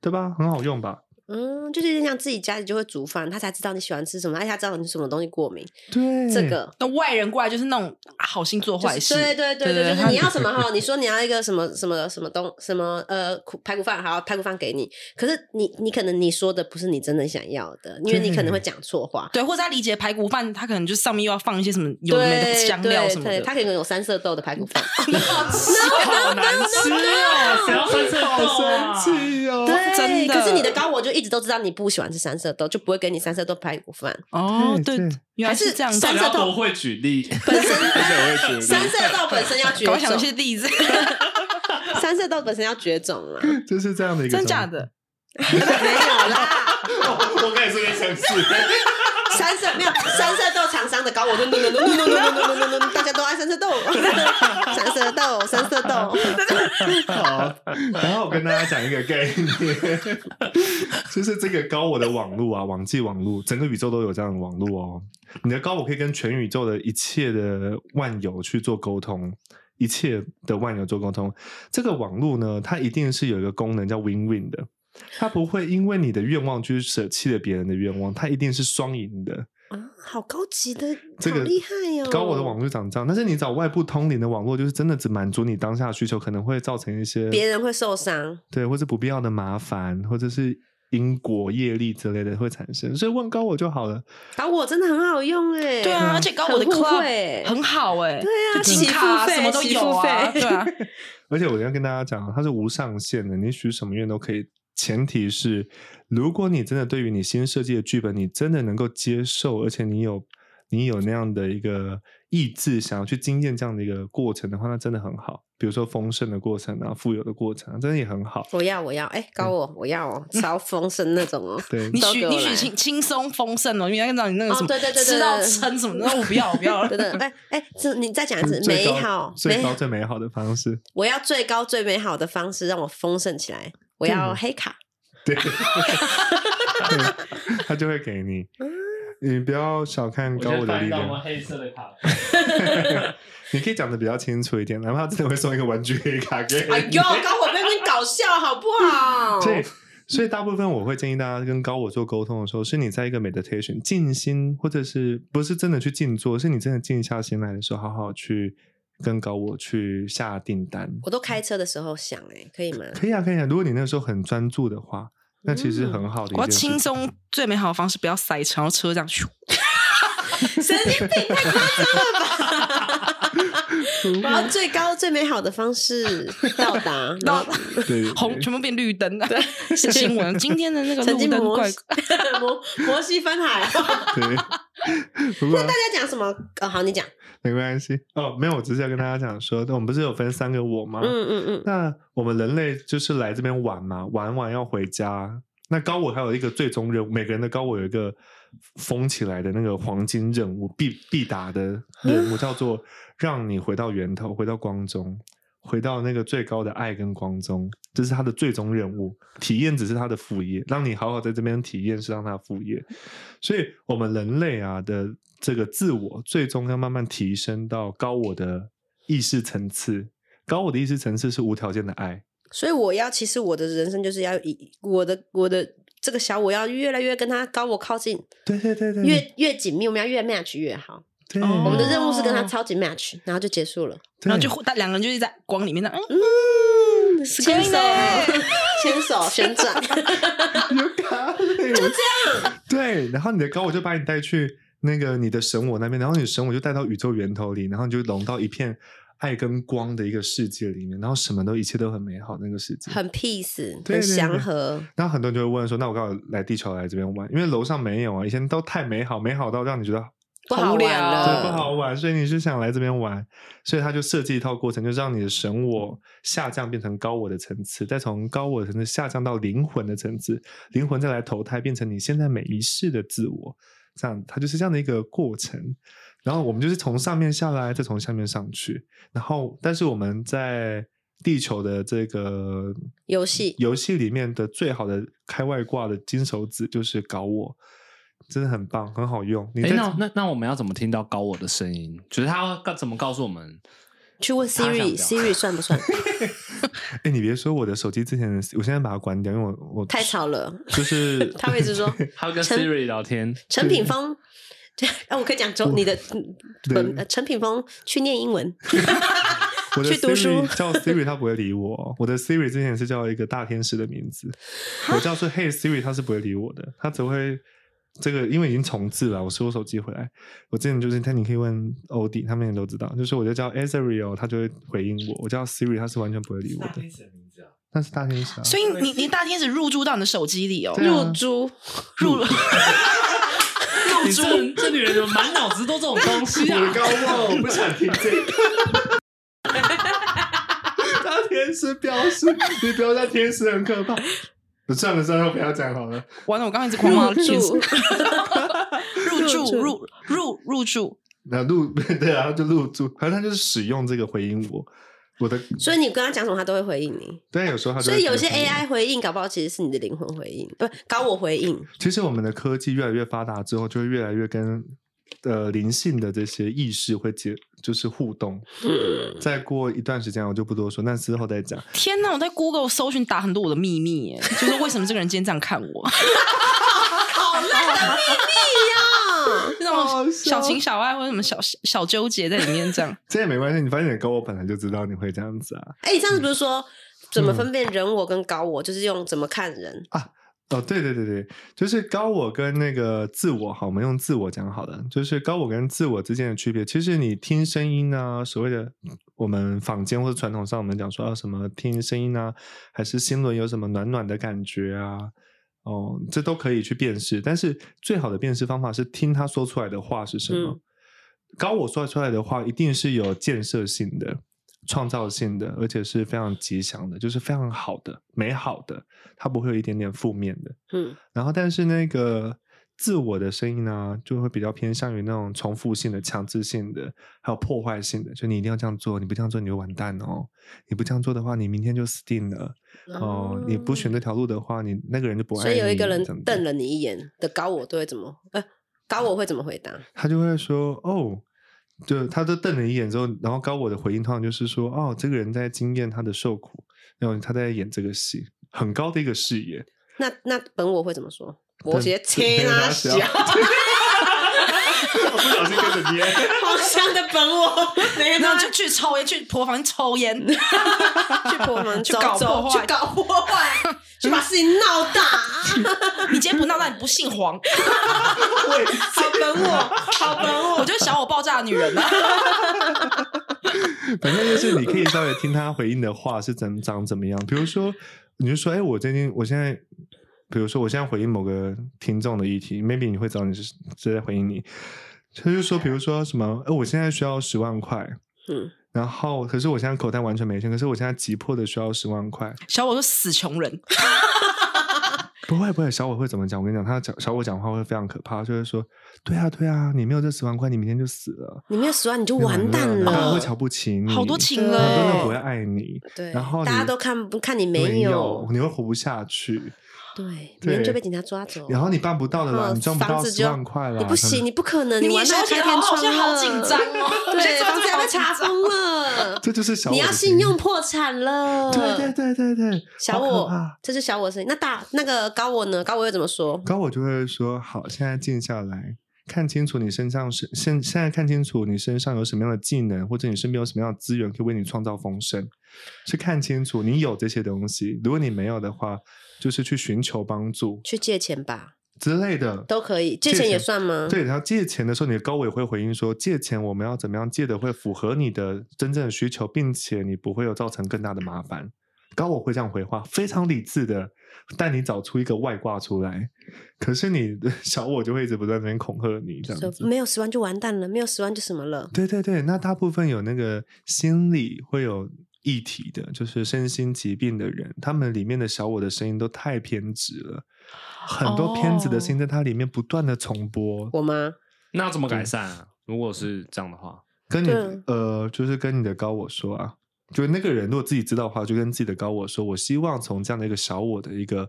D: 对吧？很好用吧？
A: 嗯，就是有点像自己家里就会煮饭，他才知道你喜欢吃什么，而且他知道你什么东西过敏。
D: 对，
A: 这个
C: 那外人过来就是那种好心做
A: 就
C: 坏
A: 是
C: 事，
A: 对对对
C: 对
A: 对，就
C: 他
A: 是你要什么哈？你说你要一个什么什么什么东什么呃苦排骨饭，好排骨饭给你。可是你你可能你说的不是你真的想要的，因为你可能会讲错话。
C: 对，或者他理解排骨饭，他可能就上面又要放一些什么有的没的
A: 对
C: 香料
A: 对
C: 什么
A: 对，
C: 的，
A: 他可能有三色豆的排骨饭。
B: 好难吃哦，谁要三色豆
D: 好
B: 啊？
D: 生气哦！
A: 对，
C: 真的
A: 可是你的高我就一直都知道你不喜欢吃三色豆，就不会给你三色豆排骨饭。
C: 哦，
D: 对
C: 对
D: 对，
C: 原来是这样子
A: 还
B: 大
A: 是。
B: 家多会举例，
A: 本身
D: 我也觉得
A: 三色豆本身要绝
C: 搞
A: 种，
C: 想一些例子，
A: 三色豆本身要绝种了，
D: 就是这样的一个状
C: 真假
D: 况？
C: 的？
A: 没有啦，
B: 我刚才说也想吃，
A: 三色没有三色豆厂商的高我就咚咚咚咚咚咚咚咚咚咚，大家都爱三色豆，三色豆，三色豆，
D: 好，然后我跟大家讲一个概念， 就是这个高我的网络啊，网际网络，整个宇宙都有这样的网络哦。你的高我可以跟全宇宙的一切的万有去做沟通，一切的万有做沟通。这个网络呢，它一定是有一个功能叫 win-win 的，它不会因为你的愿望去舍弃了别人的愿望，它一定是双赢的。
A: 啊，好高级的，
D: 这
A: 好
D: 个
A: 厉害哦！
D: 高我的网络长这样，但是你找外部通灵的网络，就是真的只满足你当下的需求，可能会造成一些
A: 别人会受伤，
D: 对，或是不必要的麻烦，或者是因果业力之类的会产生，所以问高我就好了。
A: 高我真的很好用哎，
C: 对啊，而且搞我的
A: 很互
C: club
A: 惠
C: 很好哎，
A: 对啊
C: 就金卡啊
A: 起付费
C: 什么都有啊，
A: 起付费
C: 对啊，
D: 而且我要跟大家讲，啊它是无上限的，你许什么愿都可以，前提是如果你真的对于你新设计的剧本，你真的能够接受，而且你有你有那样的一个意志，想要去经验这样的一个过程的话，那真的很好。比如说丰盛的过程啊，富有的过程、啊，真的也很好。
A: 我要我要，哎，
D: 嗯
A: 高我我要哦，超丰盛那种哦，
D: 对，
C: 你
A: 都给
C: 许
A: 我
C: 你
A: 来
C: 许轻轻松丰盛欸哦，因为要让你那个
A: 哦
C: 什么
A: 对对对对
C: 吃到
A: 对
C: 撑 什么的，那我不要我不 要了
A: 对的，哎哎，这你再讲一次，
D: 最
A: 美
D: 高
A: 好，
D: 最高最美好的方式。
A: 我要最高最美好的方式让我丰盛起来，我要黑卡。
D: 对， 他就会给你。
C: 嗯
D: 你不要小看高我的力量，
B: 黑色的卡，
D: 你可以讲的比较清楚一点，哪怕真的会送一个玩具黑卡给你。
A: 哎呦，搞我被你搞笑好不好？
D: 所以，所以大部分我会建议大家跟高我做沟通的时候，是你在一个 meditation 静心，或者是不是真的去静坐，是你真的静下心来的时候，好好去跟高我去下订单。
A: 我都开车的时候想、哎，可以吗？
D: 可以啊，可以啊。如果你那时候很专注的话，那其实很好的一
C: 嗯我要
D: 件事情。
C: 轻松最美好的方式，不要塞车，然后车这样咻。
A: 神经病，太夸张了吧！我要最高最美好的方式到达，然后
D: 对对对
C: 红全部变绿灯了，啊是新闻。今天的那个
A: 曾
C: 路
A: 经
C: 灯
A: 摩
C: 怪，
A: 摩摩西翻海。 大
D: 对。 不过啊
A: 家讲什么？哦，好，你讲。
D: 没关系哦，没有，我只是要跟大家讲说，我们不是有分三个我吗？
A: 嗯嗯嗯，
D: 那我们人类就是来这边玩嘛，玩完要回家。那高我还有一个最终任务，每个人的高我有一个封起来的那个黄金任务，必必达的任务叫做让你回到源头，回到光中，回到那个最高的爱跟光中，这是他的最终任务。体验只是他的副业，让你好好在这边体验是让他的副业。所以，我们人类啊的这个自我，最终要慢慢提升到高我的意识层次。高我的意识层次是无条件的爱，
A: 所以我要，其实我的人生就是要以我的我的这个小我要越来越跟他高我靠近，
D: 对对对对，
A: 越越紧密，我们要越 match 越好。
D: 对
C: 哦
A: 我们的任务是跟他超级 match，然后就结束了。
D: 对
C: 然后就互两个人就是在光里面那，嗯，
A: 嗯，牵手
C: 对，
A: 牵手旋转，
D: 有卡，就这样。对，然后你的高我就把你带去那个你的神我那边，然后你的神我就带到宇宙源头里，然后你就融到一片爱跟光的一个世界里面，然后什么都一切都很美好那个世界。
A: 很 peace，
D: 对
A: 很
D: 对对
A: 祥和。
D: 那很多人就会问说，那我刚好来地球来这边玩，因为楼上没有啊，以前都太美好，美好到让你觉得
A: 不
C: 好
A: 好
C: 无
A: 玩
C: 聊
A: 了，
B: 呃
D: 对，不好玩，所以你是想来这边玩，所以他就设计一套过程，就让你的神我下降变成高我的层次，再从高我的层次下降到灵魂的层次，灵魂再来投胎变成你现在每一世的自我，这样它就是这样的一个过程。然后我们就是从上面下来，再从下面上去，然后但是我们在。地球的这个
A: 游戏
D: 游戏里面的最好的开外挂的金手指就是搞我，真的很棒，很好用。你
B: 哎、
D: 在
B: 那那那我们要怎么听到高我的声音？就是他要怎么告诉我们？
A: 去问
B: 他
A: Siri，Siri
B: 想表
A: Siri 算不 算？
D: 哎、你别说，我的手机之前，我现在把它关掉，因为我我
A: 太吵了。
D: 就 是
A: 他会一直说
B: 他要跟
A: 陈
B: Siri 聊天，
A: 陈品峰，哎、我可以讲中你的嗯
D: 对
A: 本呃陈品峰去念英文，
D: 我的
A: 去读
D: Siri
A: 书
D: 叫 Siri，它不会理我。我的 Siri 之前是叫一个大天使的名字，我叫是 Hey Siri，它是不会理我的，它只会这个因为已经重置了，我收我手机回来。我之前就是，他你可以问欧弟，他们也都知道，就是我就叫 a s i r i o 它就会回应我；我叫 Siri，它是完全不会理我的。
E: 使的名字啊，
D: 那是大天使啊，
C: 所以你你大天使入住到你的手机里哦，
D: 对啊
C: 珠入
B: 你这这女人怎么满脑子都这种东西啊？
D: 高帽， 我不想听这个。当天使表示，你不要当天使很可怕。算了算了，不要讲好了。
C: 完了，我刚刚一直狂骂
A: 入
C: 天使
A: 住
C: 入住入入入住，
D: 那录 对啊，他就录住，反正他就是使用这个回应我。我的
A: 所以你跟他讲什么，他都会回应你。
D: 对，有时候他就
A: 所
D: 会
A: 以有些
D: 回应我
A: AI 回应，搞不好其实是你的灵魂回应，呃不搞我回 应。
D: 其实我们的科技越来越发达之后，就会越来越跟呃灵性的这些意识会结就是互动。
A: 嗯
D: 再过一段时间，我就不多说，那之后再讲。
C: 天哪！我在 Google 搜寻打很多我的秘密耶，就是为什么这个人今天这样看我，
A: 呀，
C: 就那
A: 哦
C: 种小情小爱或者什么小小纠结在里面这样。
D: 这也没关系，你发现你跟我本来就知道你会这样子啊。
A: 哎，你上次不是说怎
D: 嗯
A: 么分辨人我跟搞我，就是用怎么看人？
D: 哦，对对对对，就是高我跟那个自我，好，我们用自我讲好了。就是高我跟自我之间的区别，其实你听声音啊，所谓的我们坊间或者传统上，我们讲说啊什么听声音啊，还是心轮有什么暖暖的感觉啊，哦，这都可以去辨识。但是最好的辨识方法是听他说出来的话是什么。
A: 嗯
D: 高我说出来的话一定是有建设性的、创造性的，而且是非常吉祥的，就是非常好的、美好的，它不会有一点点负面的。
A: 嗯，
D: 然后但是那个自我的声音呢，就会比较偏向于那种重复性的、强制性的，还有破坏性的，就你一定要这样做，你不这样做你就完蛋哦，你不这样做的话，你明天就死定了哦，你不选这条路的话，你那个人就不
A: 嗯
D: 爱
A: 所
D: 你。
A: 以有一个人
D: 怎么的
A: 瞪了你一眼的搞我，都会怎么？呃，搞我会怎么回答？
D: 他就会说哦，就他都瞪了一眼之后，然后高我的回应通常就是说哦，这个人在经验他的受苦，然后他在演这个戏，很高的一个视野。
A: 那那本我会怎么说？我 直接
D: 切
A: 切他啊小，
D: 我 不小心跟着捏。
A: 好香的本我， 每个
C: 然
A: 都
C: 后
A: 去
C: 就去抽烟，去婆房抽烟，
A: 去破 门，
C: 去
A: 走
C: 搞
A: 走
C: 破坏
A: 去搞破坏， 去把事情闹大。
C: 你今天不闹，那你不 姓黄，
A: 好本我，好本
C: 我
A: 我，
C: 就是小我爆炸的女人啊！
D: 反正就是你可以稍微听他回应的话是怎长怎么样，比如说你就说，哎、我最近我现在，比如说我现在回应某个听众的议题，maybe 你会找你是直接回应你，他就说，比如说什么，哎、我现在需要十万块，
A: 嗯，
D: 然后可是我现在口袋完全没钱，可是我现在急迫的需要十万块，
C: 小我说死穷人，
D: 不会不会，小我会怎么讲？我跟你讲，他讲小我讲话会非常可怕，就会说，对啊对啊，你没有这十万块，你明天就死了，
A: 你没有十万你就完蛋
D: 大家会
A: 了。
D: 瞧不起你，
C: 好多情
A: 对
C: 了
D: 很
A: 啊
D: 多人
C: 欸，
D: 不会爱你。
A: 对，
D: 然后你
A: 大家都看不看你
D: 没
A: 有，
D: 你会活不下去。
A: 对，
D: 对
A: 明天就被警察抓走。
D: 然后你办不到的
A: 哦然
D: 啦，
A: 后
D: 你赚不到
A: 房子
D: 十
A: 就
D: 万块啦，
A: 你不
D: 什么
A: 行，你不可能，
C: 你哦
A: 完
C: 眼
A: 蛋开
C: 神写
A: 天
C: 得好好
A: 窗
C: 像好
A: 了
C: 紧张 哦，
A: 对，房子要
C: 要
A: 被查封了，
D: 这就是小
A: 你
D: 我
A: 要
D: 的
A: 信用
D: 心
A: 破产了。
D: 对对对对对，
A: 小
D: 好可
A: 我
D: 怕，
A: 这是小我的声音。那大那个高我呢？高我又怎么说？
D: 然后我就会说，好，现在静下来。看清楚你身上是现现在看清楚你身上有什么样的技能，或者你身边有什么样的资源可以为你创造丰盛，是看清楚你有这些东西。如果你没有的话，就是去寻求帮助。
A: 去借钱吧，
D: 之类的，
A: 都可以，借
D: 借
A: 钱也
D: 钱
A: 算吗？
D: 对，然后借钱的时候，你的高委会回应说，借钱我们要怎么样借的会符合你的真正的需求，并且你不会有造成更大的麻烦。高委会这样回话，非常理智的带你找出一个外挂出来。可是你的 小我就会一直不断在那边恐吓你这样
A: 说
D: 子。
A: 没有十万就完蛋了，没有十万就什么了。
D: 对对对，那大部分有那个心理会有议题的，就是身心疾病的人，他们里面的小我的声音都太偏执了，很多偏执的声音在它里面不断的重播。
A: 我妈
B: 那要怎
D: 嗯
B: 么改善啊？如果是这样 的话，
D: 跟你
A: 对
D: 呃，就是跟你的高我说啊，就那个人如果自己知道的话，就跟自己的高我说，我希望从这样的一个小我的一个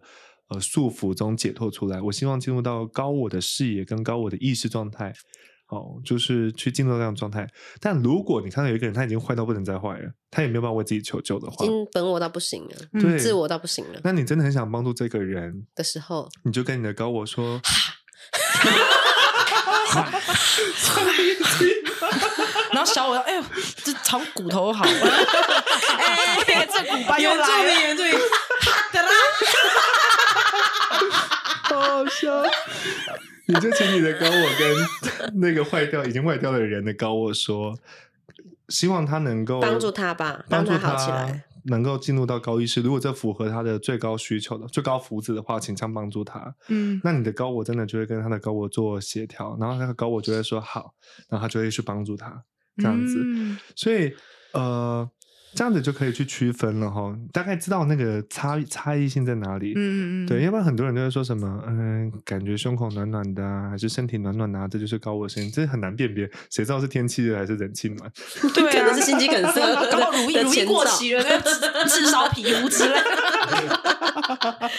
D: 呃束缚中解脱出来，我希望进入到高我的视野跟高我的意识状态，哦，就是去进入到那样的状态。但如果你看到有一个人他已经坏到不能再坏了，他也没有办法为自己求救的话
A: 已，经本我到不行了，
C: 嗯
D: 对，
A: 自我到不行了
D: 那你真的很想帮助这个人，
A: 的时候，
D: 你就跟你的高我说，
C: 然后小我要，哎呦，这藏骨 头好， 哎，这骨巴又来了，
A: 原住民，
D: 好笑。 你就请你的高我跟那个坏掉已经坏掉的人的高我说，希望他能够
A: 帮助他吧
D: 帮助
A: 让他好起来，
D: 能够进入到高意识。如果这符合他的最高需求的最高福祉的话，请这样帮助他。
C: 嗯，
D: 那你的高我真的就会跟他的高我做协调，然后那个高我就会说好，然后他就会去帮助他这样子。
C: 嗯
D: 所以呃，这样子就可以去区分了哈，大概知道那个差差异性在哪里。
C: 嗯 嗯，
D: 对，要不然很多人都会说什么，嗯，感觉胸口暖暖的、啊，还是身体暖暖的、啊，这就是高我声音，这很难辨别，谁知道是天气热还是人气暖？
C: 对
A: 可
C: 啊，
A: 能是心肌梗 塞
C: 搞不好如意
A: 的
C: 如意
A: 前
C: 过
A: 兆。
C: 期了，那至少皮肤之类的，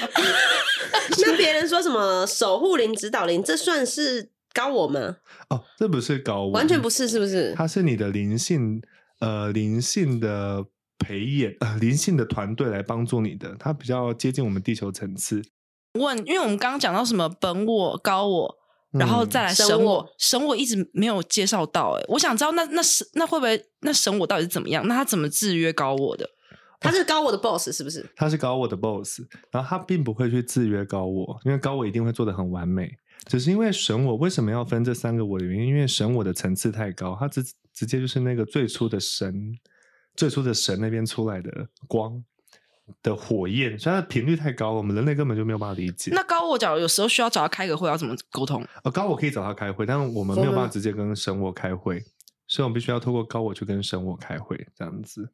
A: 那别人说什么守护灵、指导灵，这算是高我吗？
D: 哦，这不是高我，
A: 完全不，是，是不是？
D: 它是你的灵性，呃，灵性的培演，呃，灵性的团队来帮助你的，它比较接近我们地球层次，
C: 问，因为我们刚刚讲到什么本我、高我，然后
D: 嗯
C: 再来
A: 神
C: 神我
A: 我，
C: 神我一直没有介绍到、欸，哎，我想知道那那神那会不会那神我到底是怎么样？那他怎么制约高我的？
A: 他是高我的 boss，是不是？
D: 他是高我的 boss，然后他并不会去制约高我，因为高我一定会做的很完美。只是因为神我为什么要分这三个我的原因，因为神我的层次太高，它直直接就是那个最初的神，最初的神那边出来的光的火焰，所以它的频率太高，我们人类根本就没有办法理解。
C: 那高我假如有时候需要找他开个会，要怎么沟通？
D: 呃，高我可以找他开会，但我们没有办法直接跟神我开会，所以我们必须要透过高我去跟神我开会，这样子。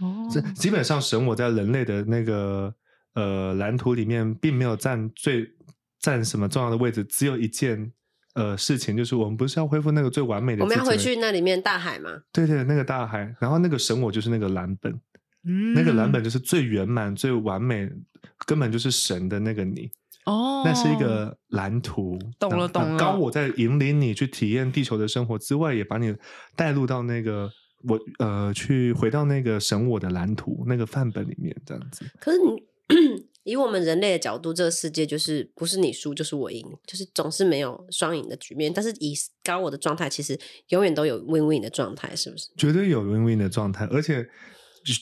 C: 哦
D: 这基本上神我在人类的那个呃蓝图里面，并没有占最占什么重要的位置，只有一件呃事情，就是我们不是要恢复那个最完美的
A: 我
D: 自
A: 们
D: 己
A: 要
D: 吗，
A: 回去那里面大海吗？
D: 对对那个大海，然后那个神我就是那个蓝本，
C: 嗯
D: 那个蓝本就是最圆满、最完美，根本就是神的那个你，
C: 哦，
D: 那是一个蓝图。
C: 懂了
D: 然后
C: 懂了
D: 高我在引领你去体验地球的生活之外，也把你带入到那个。我呃，去回到那个神我的蓝图那个范本里面，这样子。
A: 可是你 以我们人类的角度，这个世界就是不是你输就是我赢，就是总是没有双赢的局面。但是以高我的状态，其实永远都有 win win 的状态，是不是？
D: 绝对有 win win 的状态，而且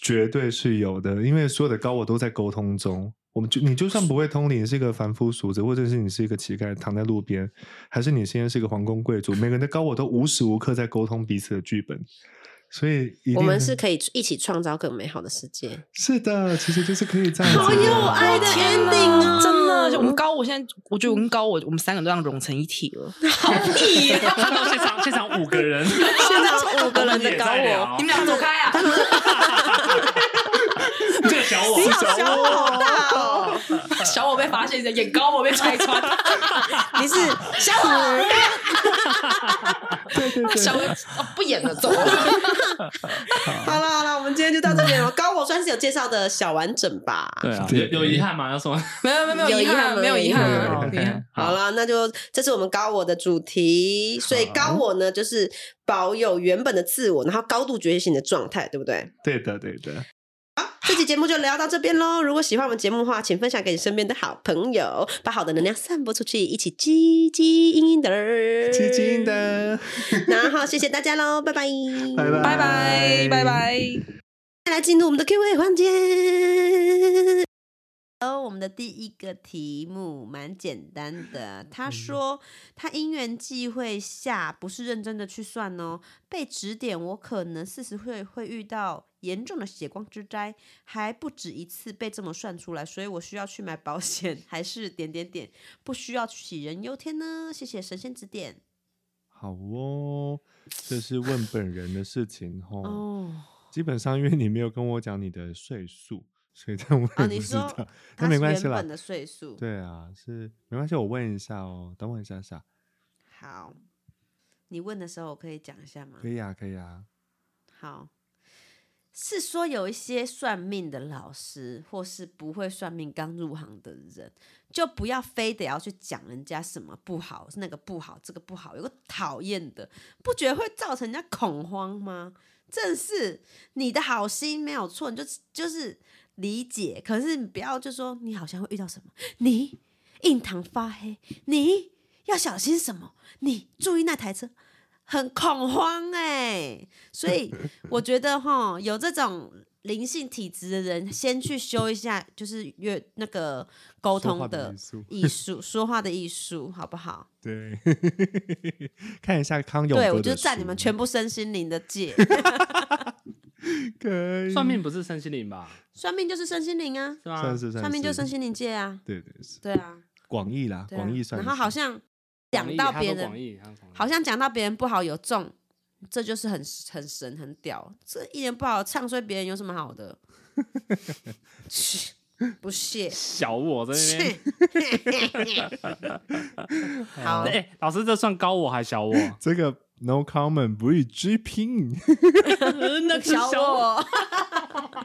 D: 绝对是有的，因为所有的高我都在沟通中。我们就你就算不会通灵，你是一个凡夫俗子，或者是你是一个乞丐躺在路边，还是你现在是一个皇宫贵族，每个人的高我都无时无刻在沟通彼此的剧本，所以一定
A: 我们是可以一起创造更美好的世 界。
D: 是的，其实就是可以这样子的。
A: 好有爱的 ending 啊！
C: 真的，就我们高我现在，我觉得我跟高我，我们三个都让融成一体了。
A: 好屁呀！
B: 看到现场现场五 个人，现
A: 场五个人的高我
C: 你们俩走开啊！
B: 这个小 我，
A: 你好小我好大哦！
C: 小我被发现，眼高我被拆穿，
A: 你是
C: 小我
D: 对对
C: 小
D: 对，
C: 我哦不演了，走了。
A: 好了好了，我们今天就到这边了。高我算是有介绍的小完整吧。
B: 对啊，
D: 对
B: 有有遗憾吗？ 要说
C: 没有没有没
A: 有
C: 有
A: 遗
C: 遗
A: 憾
C: 憾，
A: 吗
C: 没有遗憾
D: 没有遗
C: 啊，
D: 憾
C: 没 有遗憾。
A: 哦好了，那就这是我们高我的主题，所以高我呢就是保有原本的自我，然后高度觉醒的状态，对不对？
D: 对的对的，
A: 这期节目就聊到这边喽。如果喜欢我们节目的话，请分享给你身边的好朋友，把好的能量散播出去，一起积积阴阴的，
D: 基金。的，
A: 然后谢谢大家喽，拜拜，
D: 拜拜
C: 拜拜拜拜。
A: 再来进入我们的 Q&A 环节。而我们的第一个题目蛮简单的，他说
D: 嗯
A: 他因缘际会下不是认真的去算哦，被指点我可能四十岁会遇到严重的血光之灾，还不止一次被这么算出来，所以我需要去买保险， 还是点点点，不需要杞人忧天呢？谢谢神仙指点
D: 好哦，这是问本人的事情哦。
A: 哦。
D: 基本上因为你没有跟我讲你的岁数，所以这样我
A: 啊
D: 也
A: 你
D: 不知
A: 说
D: 道。
A: 他
D: 那
A: 是
D: 没关系
A: 原
D: 啦
A: 本，的岁数，
D: 对啊，是没关系，我问一下哦，等我一下下，
A: 好，你问的时候我可以讲一下吗？
D: 可以啊，可以啊。
A: 好，是说有一些算命的老师，或是不会算命刚入行的人，就不要非得要去讲人家什么不好，那个不好，这个不好，有个讨厌的，不觉得会造成人家恐慌吗？正是你的好心没有错，你就就是理解，可是你不要就说你好像会遇到什么，你印堂发黑，你要小心什么，你注意那台车，很恐慌哎、所以我觉得哈，有这种灵性体质的人，先去修一下，就是越那个沟
D: 说话
A: 通
D: 的
A: 的
D: 艺术
A: 艺术，说话的艺术，好不好？
D: 对， 看一下康永
A: 对，
D: 哥
A: 我就
D: 的
A: 占你
D: 书
A: 们全部身心灵的界。
D: 可以
B: 算命不是身心灵吧？
A: 算命就是身心灵啊，
B: 是吗？
D: 算是
A: 算命就是身
D: 是
A: 心灵界啊，
D: 对对是
A: 对啊，
D: 广义啦，
A: 对啊
D: 广义算
A: 然
D: 是。
A: 后好像
B: 广
A: 讲
B: 义
A: 到
B: 他
A: 别
B: 说广
A: 人，
B: 义，他说广义
A: 好像讲到别人不好有中，这就是很很神很屌。这一点不好唱衰别人有什么好的？切不屑，
B: 小我在那边
A: 切。好
B: 哎、，老师，这算高我还 小我？
D: 这个 no comment 不予置评，
B: 那
A: 小我，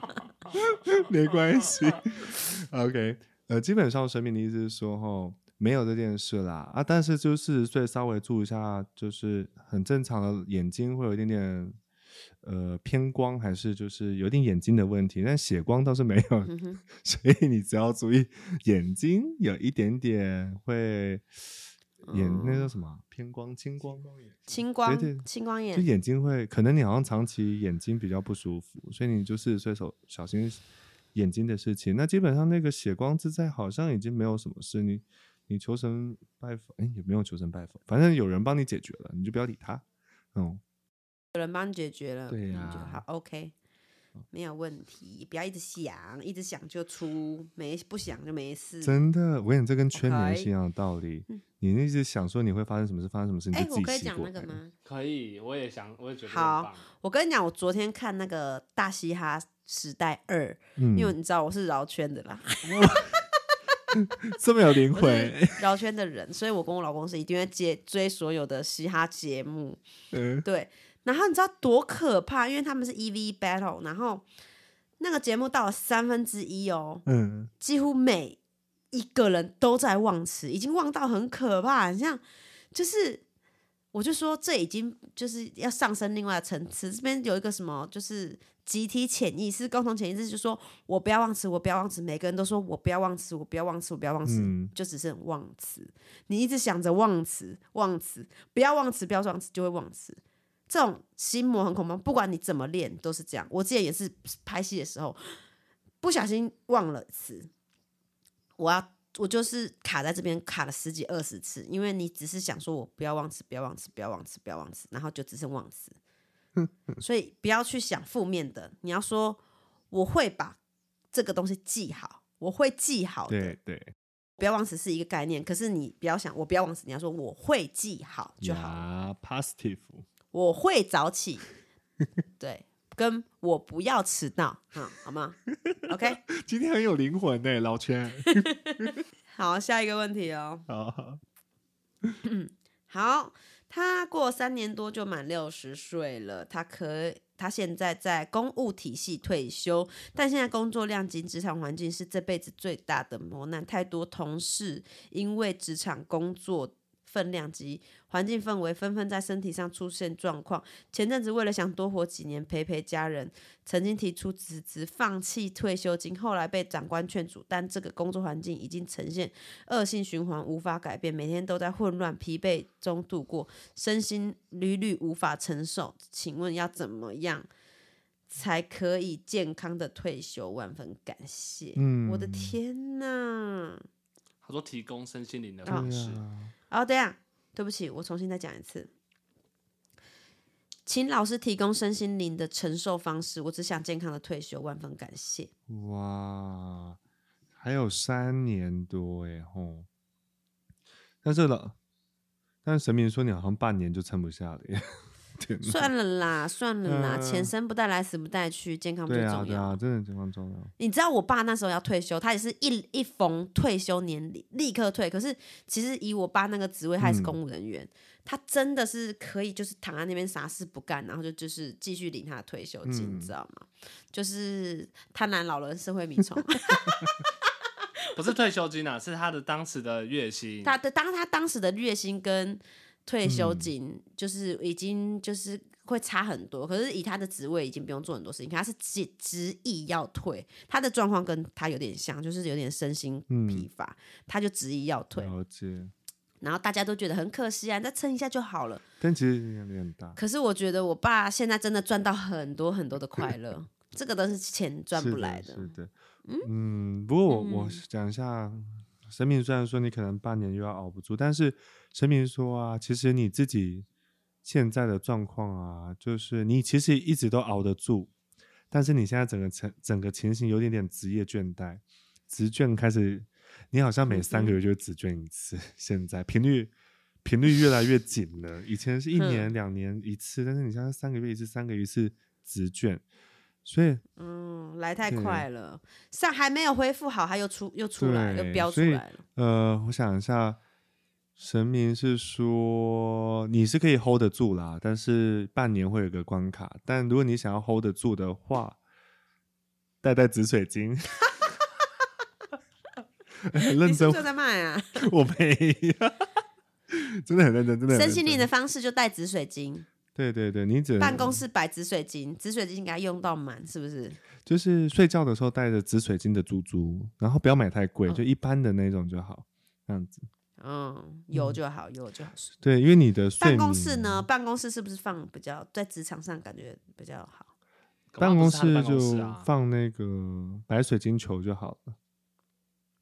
D: 没关系。OK，呃，基本上神明的意思是说，吼，没有这件事啦啊，但是就四十岁稍微注意一下，就是很正常的，眼睛会有一点点呃偏光，还是就是有点眼睛的问题，但血光倒是没有，
A: 嗯哼
D: 所以你只要注意眼睛有一点点会。眼那叫什么啊偏光、青光，
A: 青光
D: 对对
A: 青光
D: 就
A: 眼，
D: 眼睛会，可能你好像长期眼睛比较不舒服，所以你就四十岁手小心眼睛的事情。那基本上那个血光之灾好像已经没有什么事，你你求神拜佛，哎，有没有求神拜佛？反正有人帮你解决了，你就不要理他。嗯，
A: 有人帮你解决了，嗯
D: 对呀
A: 你就
B: 啊
A: 好，OK。没有问题，不要一直想，一直想就出，没不想就没事。
D: 真的，我跟你这跟催眠是
A: OK
D: 一样的道理。你一直想说你会发生什么事，发生什么事，你
A: 哎、
D: 就自
A: 我
D: 己
A: 可以
D: 醒
A: 讲
D: 过
A: 那个
D: 来？
A: 吗？
B: 可以，我也想，我也觉得
A: 好
B: 很棒
A: 我跟你讲，我昨天看那个《大嘻哈时代二》，
D: 嗯，
A: 因为你知道我是饶圈的啦，
D: 这么有灵
A: 我
D: 魂
A: 是，饶圈的人，所以我跟我老公是一定会接追所有的嘻哈节目。
D: 嗯
A: 对，然后你知道多可怕？因为他们是 E V battle，然后那个节目到了三分之一哦，
D: 嗯，
A: 几乎每一个人都在忘词，已经忘到很可怕，很像就是。我就说，这已经就是要上升另外的层次。这边有一个什么，就是集体潜意识、共同潜意识，就说我不要忘词，我不要忘词。每个人都说我不要忘词，我不要忘词，我不要忘词，
D: 嗯
A: 就只剩忘词。你一直想着忘词，忘词，不要忘词，不要忘词，就会忘词。这种心魔很恐怖，不管你怎么练都是这样。我之前也是拍戏的时候，不小心忘了词，我要我就是卡在这边卡了十几二十次，因为你只是想说我不要忘词，不要忘词，不要忘词，不要忘词，然后就只剩忘词。所以不要去想负面的，你要说我会把这个东西记好，我会记好的
D: 对。对，
A: 不要忘词是一个概念，可是你不要想我不要忘词，你要说我会记好就好了。
D: 呀，positive，
A: 我会早起，对，跟我不要迟到，好，好吗？OK，
D: 今天很有灵魂呢，老圈，
A: 好，下一个问题哦。
D: 好，
A: 好，他过三年多就满六十岁了，他可他现在在公务体系退休，但现在工作量及职场环境是这辈子最大的磨难，太多同事因为职场工作。分量及环境氛围纷纷在身体上出现状况。前阵子为了想多活几年陪陪家人，曾经提出辞职、放弃退休金，后来被长官劝阻，但这个工作环境已经呈现恶性循环无法改变，每天都在混乱、疲惫中度过，身心屡屡无法承受。请问要怎么样才可以健康的退休，万分感谢。
D: 嗯
A: 我的天呐！
B: 他说提供身心灵的
D: 对
B: 方式，
D: 啊，
A: 哦，对啊，对不起，我重新再讲一次。请老师提供身心灵的承受方式，我只想健康的退休，万分感 谢。
D: 哇，还有三年多哎吼！但是老，但是神明说你好像半年就撑不下了耶，天哪！
A: 算了啦，算了啦，
D: 嗯
A: 钱生不带来，死不带去，健康最
D: 对
A: 重要。
D: 啊，对啊，真的情况重要。
A: 你知道我爸那时候要退休，他也是一一逢退休年龄立刻退。可是其实以我爸那个职位，他也是
D: 嗯
A: 公务人员，他真的是可以就是躺在那边啥事不干，然后就就是继续领他的退休金，
D: 嗯
A: 你知道吗？就是贪婪老人社会米虫。
B: 不是退休金啊，是他的当时的月
D: 嗯
B: 薪。
A: 他的当他当时的月薪跟退休金就是已经就是会差很多，可是以他的职位已经不用做很多事情，可他是执执意要退，他的状况跟他有点像，就是有点身心疲乏，他就执意要退，
D: 嗯了解，
A: 然后大家都觉得很可惜啊，你再撑一下就好了。
D: 但其实压力很大，
A: 可是我觉得我爸现在真的赚到很多很多的快乐， 这个都是钱赚
D: 是
A: 不来
D: 的。是的，嗯，不过我我讲一下，神明虽然说你可能半年又要熬不住，但是神明说啊，其实你自己现在的状况啊，就是你其实一直都熬得住，但是你现在整个情整个情形有点点职业倦怠，职倦开始，你好像每
A: 嗯
D: 三个月就会职倦一次， 现在频率。频率越来越紧了，以前是一
A: 哼
D: 年两年一次，但是你现在三个月一次，三个月一次职倦，所以
A: 嗯，来太
D: 对
A: 快了，上还没有恢复好，他又出又出来
D: 对
A: 又飙出
D: 所以
A: 来了。
D: 呃，我想一下，神明是说你是可以 hold 得住啦，但是半年会有个关卡。但如果你想要 hold 得住的话，带带紫水晶。很认
A: 你是
D: 真
A: 不，是在卖啊？
D: 我没有， 真的很认真，真的很认真。
A: 身心灵的，方式就带紫水晶，
D: 对对对，你只能
A: 办公室摆紫水晶，紫水晶应该用到满，是不是？
D: 就是睡觉的时候带着紫水晶的珠珠，然后不要买太贵，就一般的那种就好，这样子。
A: 嗯，有就好，有就好。
D: 对，因为你的睡
A: 办公
D: 眠
A: 室呢？办公室是不是放比较在职场上感觉比较好？
B: 搞
D: 办
B: 不好
D: 公
B: 不是他的
D: 室
B: 办公室
D: 就
B: 啊，
D: 放那个白水晶球就好了。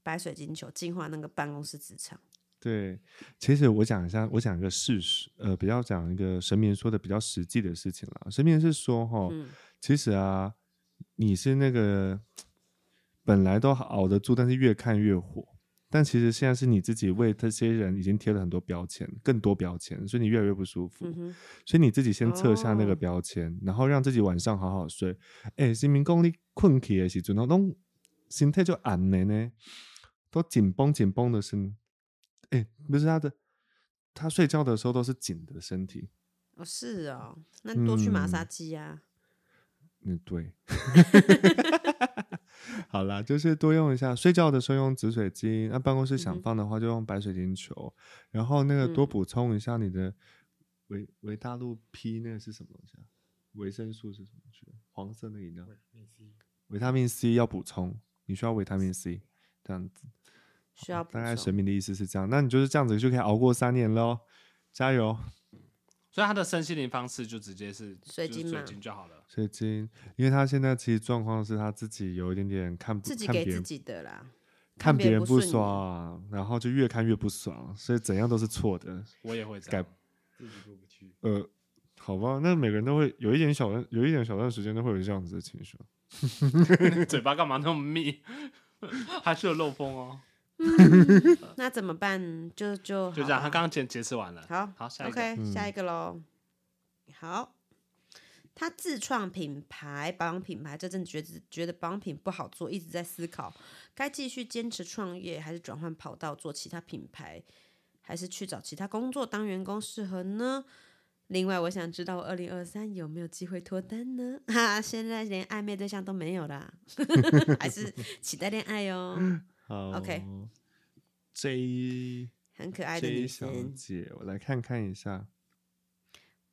A: 白水晶球净化那个办公室职场，
D: 对，其实我讲一下，我讲一个事实，呃，比较讲一个神明说的比较实际的事情啦。神明是说哈，
A: 嗯
D: 其实啊，你是那个本来都熬得住，但是越看越火。但其实现在是你自己为这些人已经贴了很多标签，更多标签，所以你越来越不舒服。
A: 嗯哼，
D: 所以你自己先测下那
A: 哦
D: 个标签，然后让自己晚上好好睡。哎、欸，新民工你困起的时阵，那拢心态就暗的呢，都紧绷紧绷的身。哎、不是他的，他睡觉的时候都是紧的身体。
A: 哦是哦，那多去马杀鸡啊，
D: 嗯，对。 好啦，就是多用一下，睡觉的时候用紫水晶，那办公室
A: 嗯
D: 想
A: 哼嗯
D: 放的话就用白水晶球，然后那个多补充一下你的维维大陆 P 那个是什么东西啊？维生素是什么东西？黄色那个饮料，维他命 C 要补充，你需要维他命 C，这样子。
A: 需要补
D: 哦大概神
A: 充。
D: 明的意思是这样，那你就是这样子就可以熬过三年喽，加油！
B: 所以他的身心灵方式就直接是
A: 水
B: 就是
A: 晶嘛
B: 水晶就好了。
D: 水晶，因为他现在其实状况是他自己有一点点看不
A: 自己
D: 看
A: 给
D: 别
A: 自
D: 人
A: 己的啦，
D: 看别人
A: 不
D: 不
A: 顺眼
D: 爽，然后就越看越不爽，所以怎样都是错的。
B: 我也会这样
D: 改，呃，好吧，那每个人都会有一点小段，有一点小段时间都会有这样子的情绪。
B: 嘴巴干嘛那么密？ 还是有漏风哦。
A: 那怎么办？就就
B: 就
A: 好
B: 这样，
A: 吧
B: 他刚刚解解释完了。
A: 好，
B: 好，下一个。
A: OK，下一个喽。好，他自创品牌保养品牌，这阵觉得觉得保养品不好做，一直在思考该继续坚持创业，还是转换跑道做其他品牌，还是去找其他工作当员工适合呢？另外，我想知道我二零二三有没有机会脱单呢？ 哈、现在连暧昧对象都没有啦， 还是期待恋爱哦哟、
D: 好
A: OK
D: J
A: 很可爱的
D: J
A: 女
D: 小
A: 生。
D: 姐，我来看看一下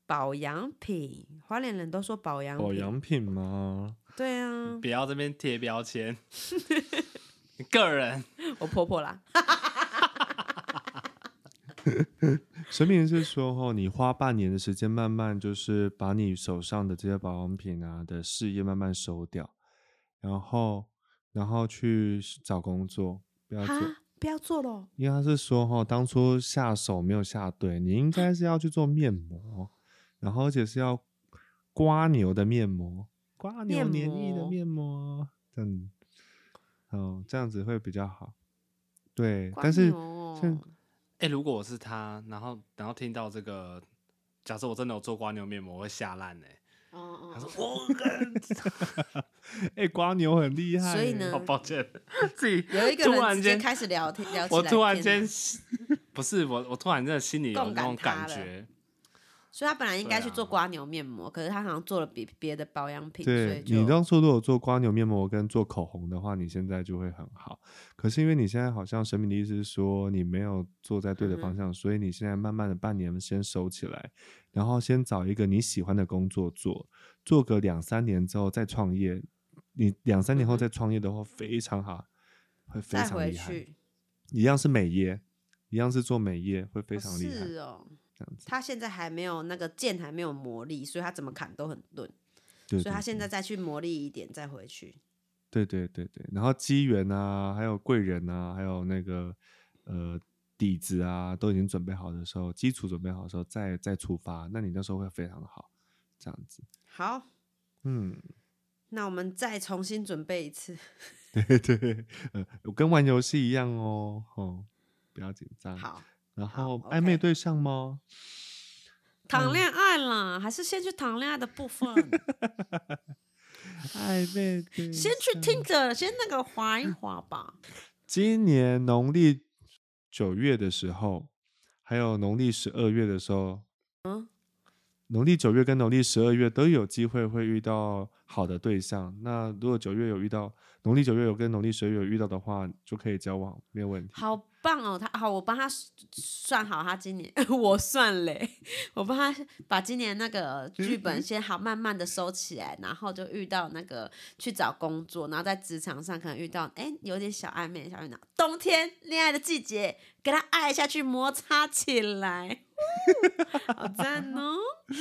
A: 保养品，花莲人都说保养
D: 保
A: 品，
D: 养品吗？
A: 对啊，
B: 不要这边贴标签， 你个人
A: 我婆婆啦。
D: 神明是说哈，你花半年的时间，慢慢就是把你手上的这些保养品啊的事业慢慢收掉，然后然后去找工作，不要做，
A: 哈，不要做了，
D: 因为他是说哈，当初下手没有下对，你应该是要去做面膜，然后而且是要刮牛的面膜，刮牛
A: 面
D: 黏液的
A: 膜
D: 面膜，这样，哦，这样子会比较好。对，但是
A: 哦嗯
D: 像
B: 哎、如果我是他，然后然后听到这个，假设我真的有做瓜牛面膜，我会吓烂哎。
A: 哦
B: 他说
A: 哦，：“
B: 我、
D: 哎、刮牛很厉害欸，
A: 所以呢
B: 好抱歉，自己
A: 嗯有一个
B: 突
A: 人
B: 然
A: 直接
B: 间
A: 开始聊天，聊起
B: 我
A: 来
B: 突然
A: 天
B: 间
A: 了，
B: 不是我，我突然真的心里有
A: 共
B: 那
A: 感
B: 种
A: 他
B: 感
A: 了
B: 觉，
A: 所以他本来应该去
B: 对啊
A: 做刮牛面膜，可是他好像做了比别的保养品，所以
D: 对
A: 就
D: 你当初如果做刮牛面膜跟做口红的话，你现在就会很好。可是因为你现在好像神明的意思是说你没有做在对的
A: 嗯
D: 方向，所以你现在慢慢的半年先收起来，然后先找一个你喜欢的工作做，做个两三年之后再创业。你两三年后
A: 嗯哼
D: 再创业的话，非常好，会非
A: 再
D: 常
A: 回
D: 厉害。
A: 去，
D: 一样是美业，一样是做美业，会非
A: 哦
D: 常厉害。
A: 是哦，
D: 这样子，
A: 他现在还没有那个剑还没有磨砺，所以他怎么砍都很钝，所
D: 对
A: 以
D: 对
A: 他现
D: 对
A: 在再去磨砺一点再回去。
D: 对对对对，然后机缘啊，还有贵人啊，还有那个呃底子啊，都已经准备好的时候，基础准备好的时候，再再出发，那你那时候会非常好，这样子。
A: 好，
D: 嗯，
A: 那我们再重新准备一次。
D: 对对，呃，跟玩游戏一样哦，哦，不要紧张。，
A: 好，
D: 然
A: 好
D: 后暧昧
A: ，OK
D: 对象吗？嗯
A: 谈恋爱啦，还是先去谈恋爱的部分，
D: 暧昧对，
A: 先去听。着，先那个滑一滑吧。
D: 今年农历九月的时候，还有农历十二月的时候，
A: 嗯，
D: 农历九月跟农历十二月都有机会会遇到好的对象。那如果九月有遇到，农历九月有跟农历十二月有遇到的话，就可以交往，没有问题。
A: 好棒哦！他好，我帮他算好他今年， 我算嘞，我帮他把今年那个剧本先好慢慢的收起来，然后就遇到那个去找工作，然后在职场上可能遇到哎有点小暧昧，小暧昧，冬天恋爱的季节，给他爱下去，摩擦起来， 呜好赞哦！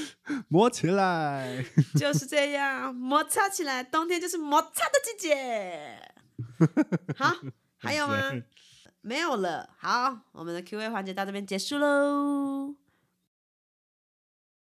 D: 摸起来，
A: 就是这样，摩擦起来，冬天就是摩擦的季节。好，还有吗？没有了。好，我们的 Q&A 环节到这边结束喽。